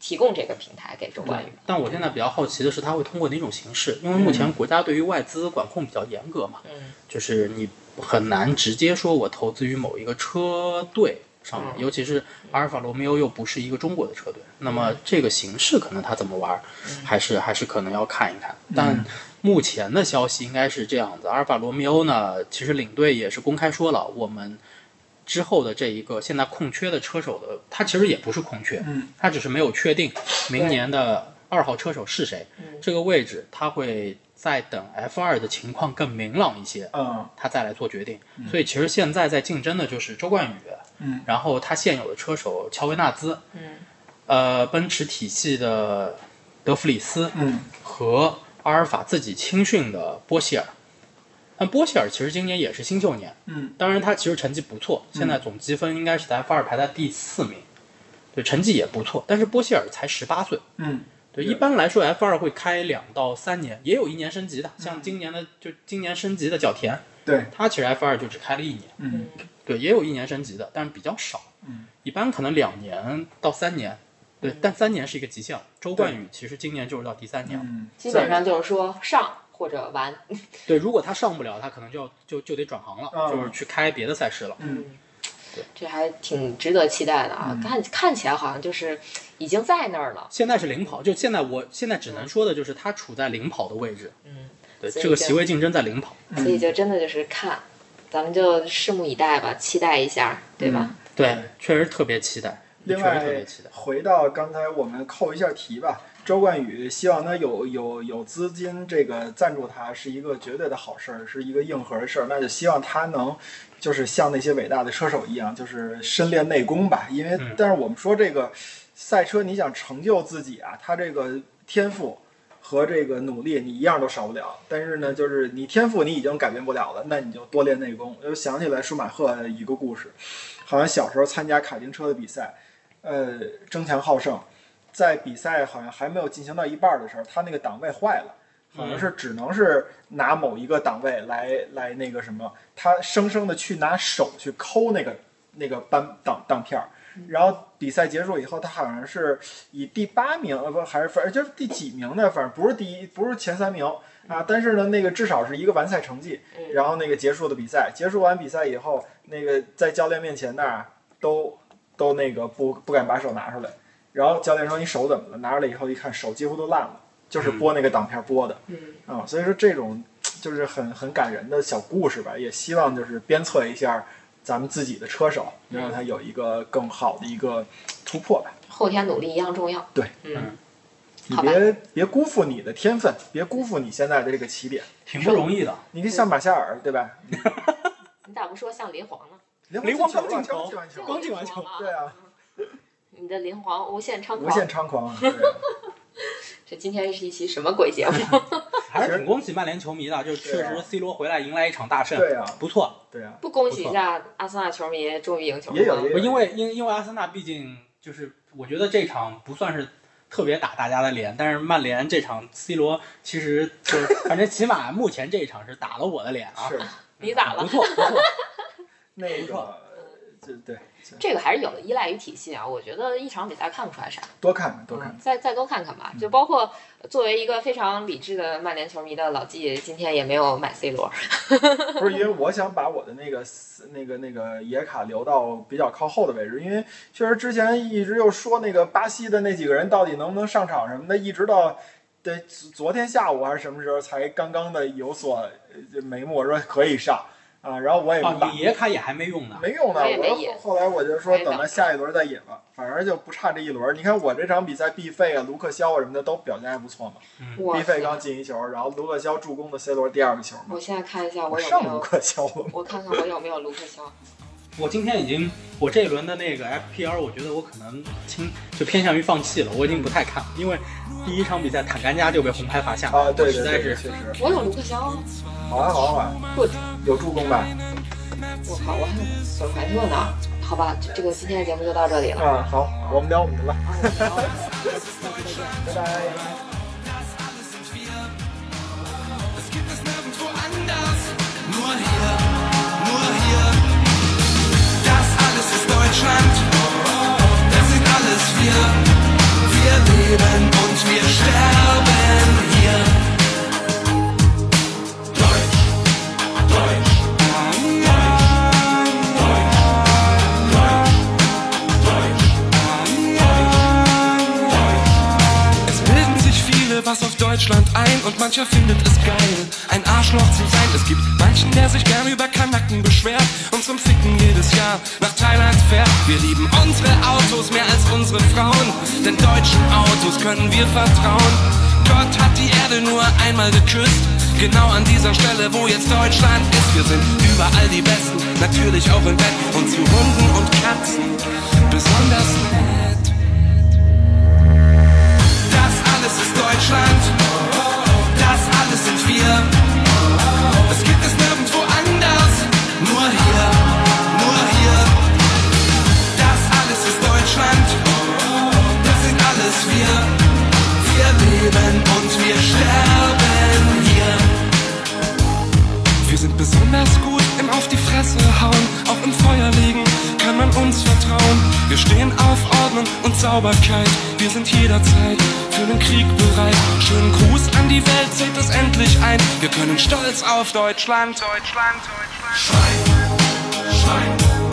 S2: 提供这个平台给周冠宇。
S4: 但我现在比较好奇的是，它会通过哪种形式？因为目前国家对于外资管控比较严格嘛，
S2: 嗯
S4: 就是你很难直接说我投资于某一个车队上面，
S2: 嗯
S4: 尤其是阿尔法罗密欧又不是一个中国的车队，那么
S2: 嗯
S4: 这个形式可能它怎么玩，还是还是可能要看一看。
S2: 嗯
S4: 但目前的消息应该是这样子，阿尔法罗密欧呢，其实领队也是公开说了，我们。之后的这一个现在空缺的车手的，他其实也不是空缺，
S3: 嗯
S4: 他只是没有确定明年的二号车手是谁，这个位置他会再等 F 二的情况更明朗一些，
S3: 嗯
S4: 他再来做决定。所以其实现在在竞争的就是周冠宇，
S3: 嗯
S4: 然后他现有的车手乔维纳兹，
S2: 嗯
S4: 呃，奔驰体系的德弗里斯，
S3: 嗯
S4: 和阿尔法自己青训的波希尔。但波希尔其实今年也是新秀年，
S3: 嗯，
S4: 当然他其实成绩不错，现在总积分应该是在 F 二排在第四名，对，成绩也不错。但是波希尔才十八岁，
S3: 嗯，
S4: 对，
S3: 对
S4: 一般来说 F 二会开两到三年，也有一年升级的，
S3: 嗯
S4: 像今年的就今年升级的角田，
S3: 对，
S4: 他其实 F 二就只开了一年，
S3: 嗯
S4: 对，也有一年升级的，但是比较少，
S3: 嗯，
S4: 一般可能两年到三年，对，但三年是一个极限了。周冠宇其实今年就是到第三年了，
S3: 嗯，
S2: 基本上就是说上或者完，
S4: 对，如果他上不了，他可能就要就就得转行了，
S3: 啊
S4: 就是去开别的赛事了。
S3: 嗯，
S2: 这还挺值得期待的啊！
S3: 嗯
S2: 看看起来好像就是已经在那儿了，
S4: 现在是领跑，就现在我现在只
S3: 嗯
S4: 能说的就是他处在领跑的位置，
S2: 嗯，
S4: 对，
S2: 所以
S4: 这个
S2: 就
S4: 席位竞争在领跑。
S3: 嗯
S2: 所以就真的就是看，咱们就拭目以待吧，期待一下，对
S3: 嗯
S2: 吧？
S4: 对，确实特别期待，确
S3: 另
S4: 实特
S3: 外
S4: 别期待。，
S3: 回到刚才我们扣一下题吧。周冠宇希望他有有有资金这个赞助他，是一个绝对的好事儿，是一个硬核的事儿。那就希望他能就是像那些伟大的车手一样，就是深练内功吧。因为，
S4: 嗯
S3: 但是我们说这个赛车，你想成就自己啊，他这个天赋和这个努力，你一样都少不了。但是呢，就是你天赋你已经改变不了了，那你就多练内功。我就想起来舒马赫一个故事，好像小时候参加卡丁车的比赛，呃，争强好胜，在比赛好像还没有进行到一半儿的时候，他那个档位坏了。好像是只能是拿某一个档位来来那个什么，他生生的去拿手去抠那个那个班档档片儿，然后比赛结束以后，他好像是以第八名呃不还是反正就是第几名呢，反正不是第一，不是前三名啊，但是呢那个至少是一个完赛成绩，
S2: 嗯
S3: 然后那个结束的比赛，结束完比赛以后，那个在教练面前那儿都都那个不不敢把手拿出来，然后教练说你手怎么了？拿出来以后一看手几乎都烂了，就是拨那个挡片拨的。
S2: 嗯，
S3: 啊、所以说这种就是很很感人的小故事吧，也希望就是鞭策一下咱们自己的车手，
S2: 嗯
S3: 让他有一个更好的一个突破吧。
S2: 后天努力一样重要。
S3: 对，
S2: 嗯，
S3: 你
S2: 好吧
S3: 别别辜负你的天分，别辜负你现在的这个起点。
S4: 挺不容 易的，
S3: 你可以像马夏尔，对吧？
S2: 你咋不说像林皇呢？
S3: 灵
S4: 林
S3: 光
S4: 光
S3: 刚
S4: 刚
S3: 进
S4: 进球
S3: 球了，
S2: 这
S3: 球
S2: 个
S4: 光进
S2: 林
S4: 完
S2: 皇
S4: 球
S2: 了
S3: 对啊，
S2: 你的林皇无限猖
S3: 无
S2: 狂，
S3: 限猖 狂啊！对啊
S2: 这今天是一期什么鬼 节目？
S4: 还是挺恭喜曼联球迷的。就是确
S3: 对
S4: 实
S3: 啊
S4: ，C 罗回来迎来一场大胜，
S3: 对啊
S4: 不错。
S3: 对啊，
S2: 不恭喜一下阿森纳球迷终于赢球了
S3: 也有
S2: 吗
S3: 也？有，
S4: 因为因因为阿森纳毕竟就是，我觉得这场不算是特别打大家的脸，但是曼联这场 C 罗其实就是，反正起码目前这一场是打了我的脸啊，
S3: 是
S2: 你咋
S4: 不
S2: 了？
S4: 错不错。
S3: 那
S4: 不错
S3: 个，就对，就
S2: 这个还是有的依赖于体系啊，我觉得一场比赛看不出来啥，
S3: 多看看多看看。
S2: 嗯再再多看看吧。就包括作为一个非常理智的曼联球迷的老纪，今天也没有买 C 罗，
S3: 不是因为我想把我的那个那个那个野卡留到比较靠后的位置，因为确实之前一直又说那个巴西的那几个人到底能不能上场什么的，一直到对昨昨天下午还是什么时候才刚刚的有所呃眉目说可以上啊，然后我也没
S4: 啊，
S3: 把
S4: 野野卡也还没用呢，
S3: 没用的，
S2: 我也没
S3: 我
S2: 野
S3: 后后来我就说
S2: 没
S3: 等到
S2: 等
S3: 下一轮再野吧，反正就不差这一轮。你看我这场比赛毕费啊、卢克肖啊什么的都表现还不错嘛，
S2: 我
S3: 毕费刚进一球，然后卢克肖助攻的 C 罗第二个球嘛
S2: 我，现在看一下我
S3: 我
S2: 有
S3: 上
S2: 没
S3: 卢
S2: 有，
S3: 克肖了吗。
S2: 我看看我有没有卢克肖。
S4: 我今天已经，我这一轮的那个 FPL，我觉得我可能倾就偏向于放弃了，我已经不太看了，因为第一场比赛坦甘加就被红牌罚下，
S3: 啊，对对
S4: 我实在
S3: 对，
S4: 是
S3: 确实。
S2: 我有卢克肖啊，
S3: 好啊好啊，
S2: 不，
S3: 有助攻吧？
S2: 我靠，我还有本怀特呢。好吧，这这个今天的节目就到这里了。
S3: 啊，好，我们聊我们的吧，
S2: 啊，我们聊下次再见。
S3: 拜拜。
S1: Es gibt es nirgendwo anders. Nur hier, nur hier. Das alles ist Deutschland. Das sind alles wir. Wir leben und wir sterben hier. Deutsch, Deutsch, Es bilden sich viele was auf Deutschland ein und mancher findet es geil, ein Arschloch zu sein. Es gibt manchen, der sich gern über Kanacken beschwert und zum Ficken jedes Jahr nach Thailand fährt. Wir lieben unsere Autos mehr als unsere Frauen, denn deutschen Autos können wir vertrauen. Gott hat die Erde nur einmal geküsst, genau an dieser Stelle, wo jetzt Deutschland ist. Wir sind überall die Besten, natürlich auch im Bett und zu Hunden und Katzen besonders nett. Das alles ist Deutschland. Das alles sind wir. Es gibt es nirgendwo anders. Nur hier, nur hier. Das alles ist Deutschland. das gut im Auf die Fresse hauen, auch im Feuer liegen, kann man uns vertrauen. Wir stehen auf Ordnung und Sauberkeit, wir sind jederzeit für den Krieg bereit. Schönen Gruß an die Welt, seht es endlich ein, wir können stolz auf Deutschland, Deutschland, Deutschland. Schreien, schreien.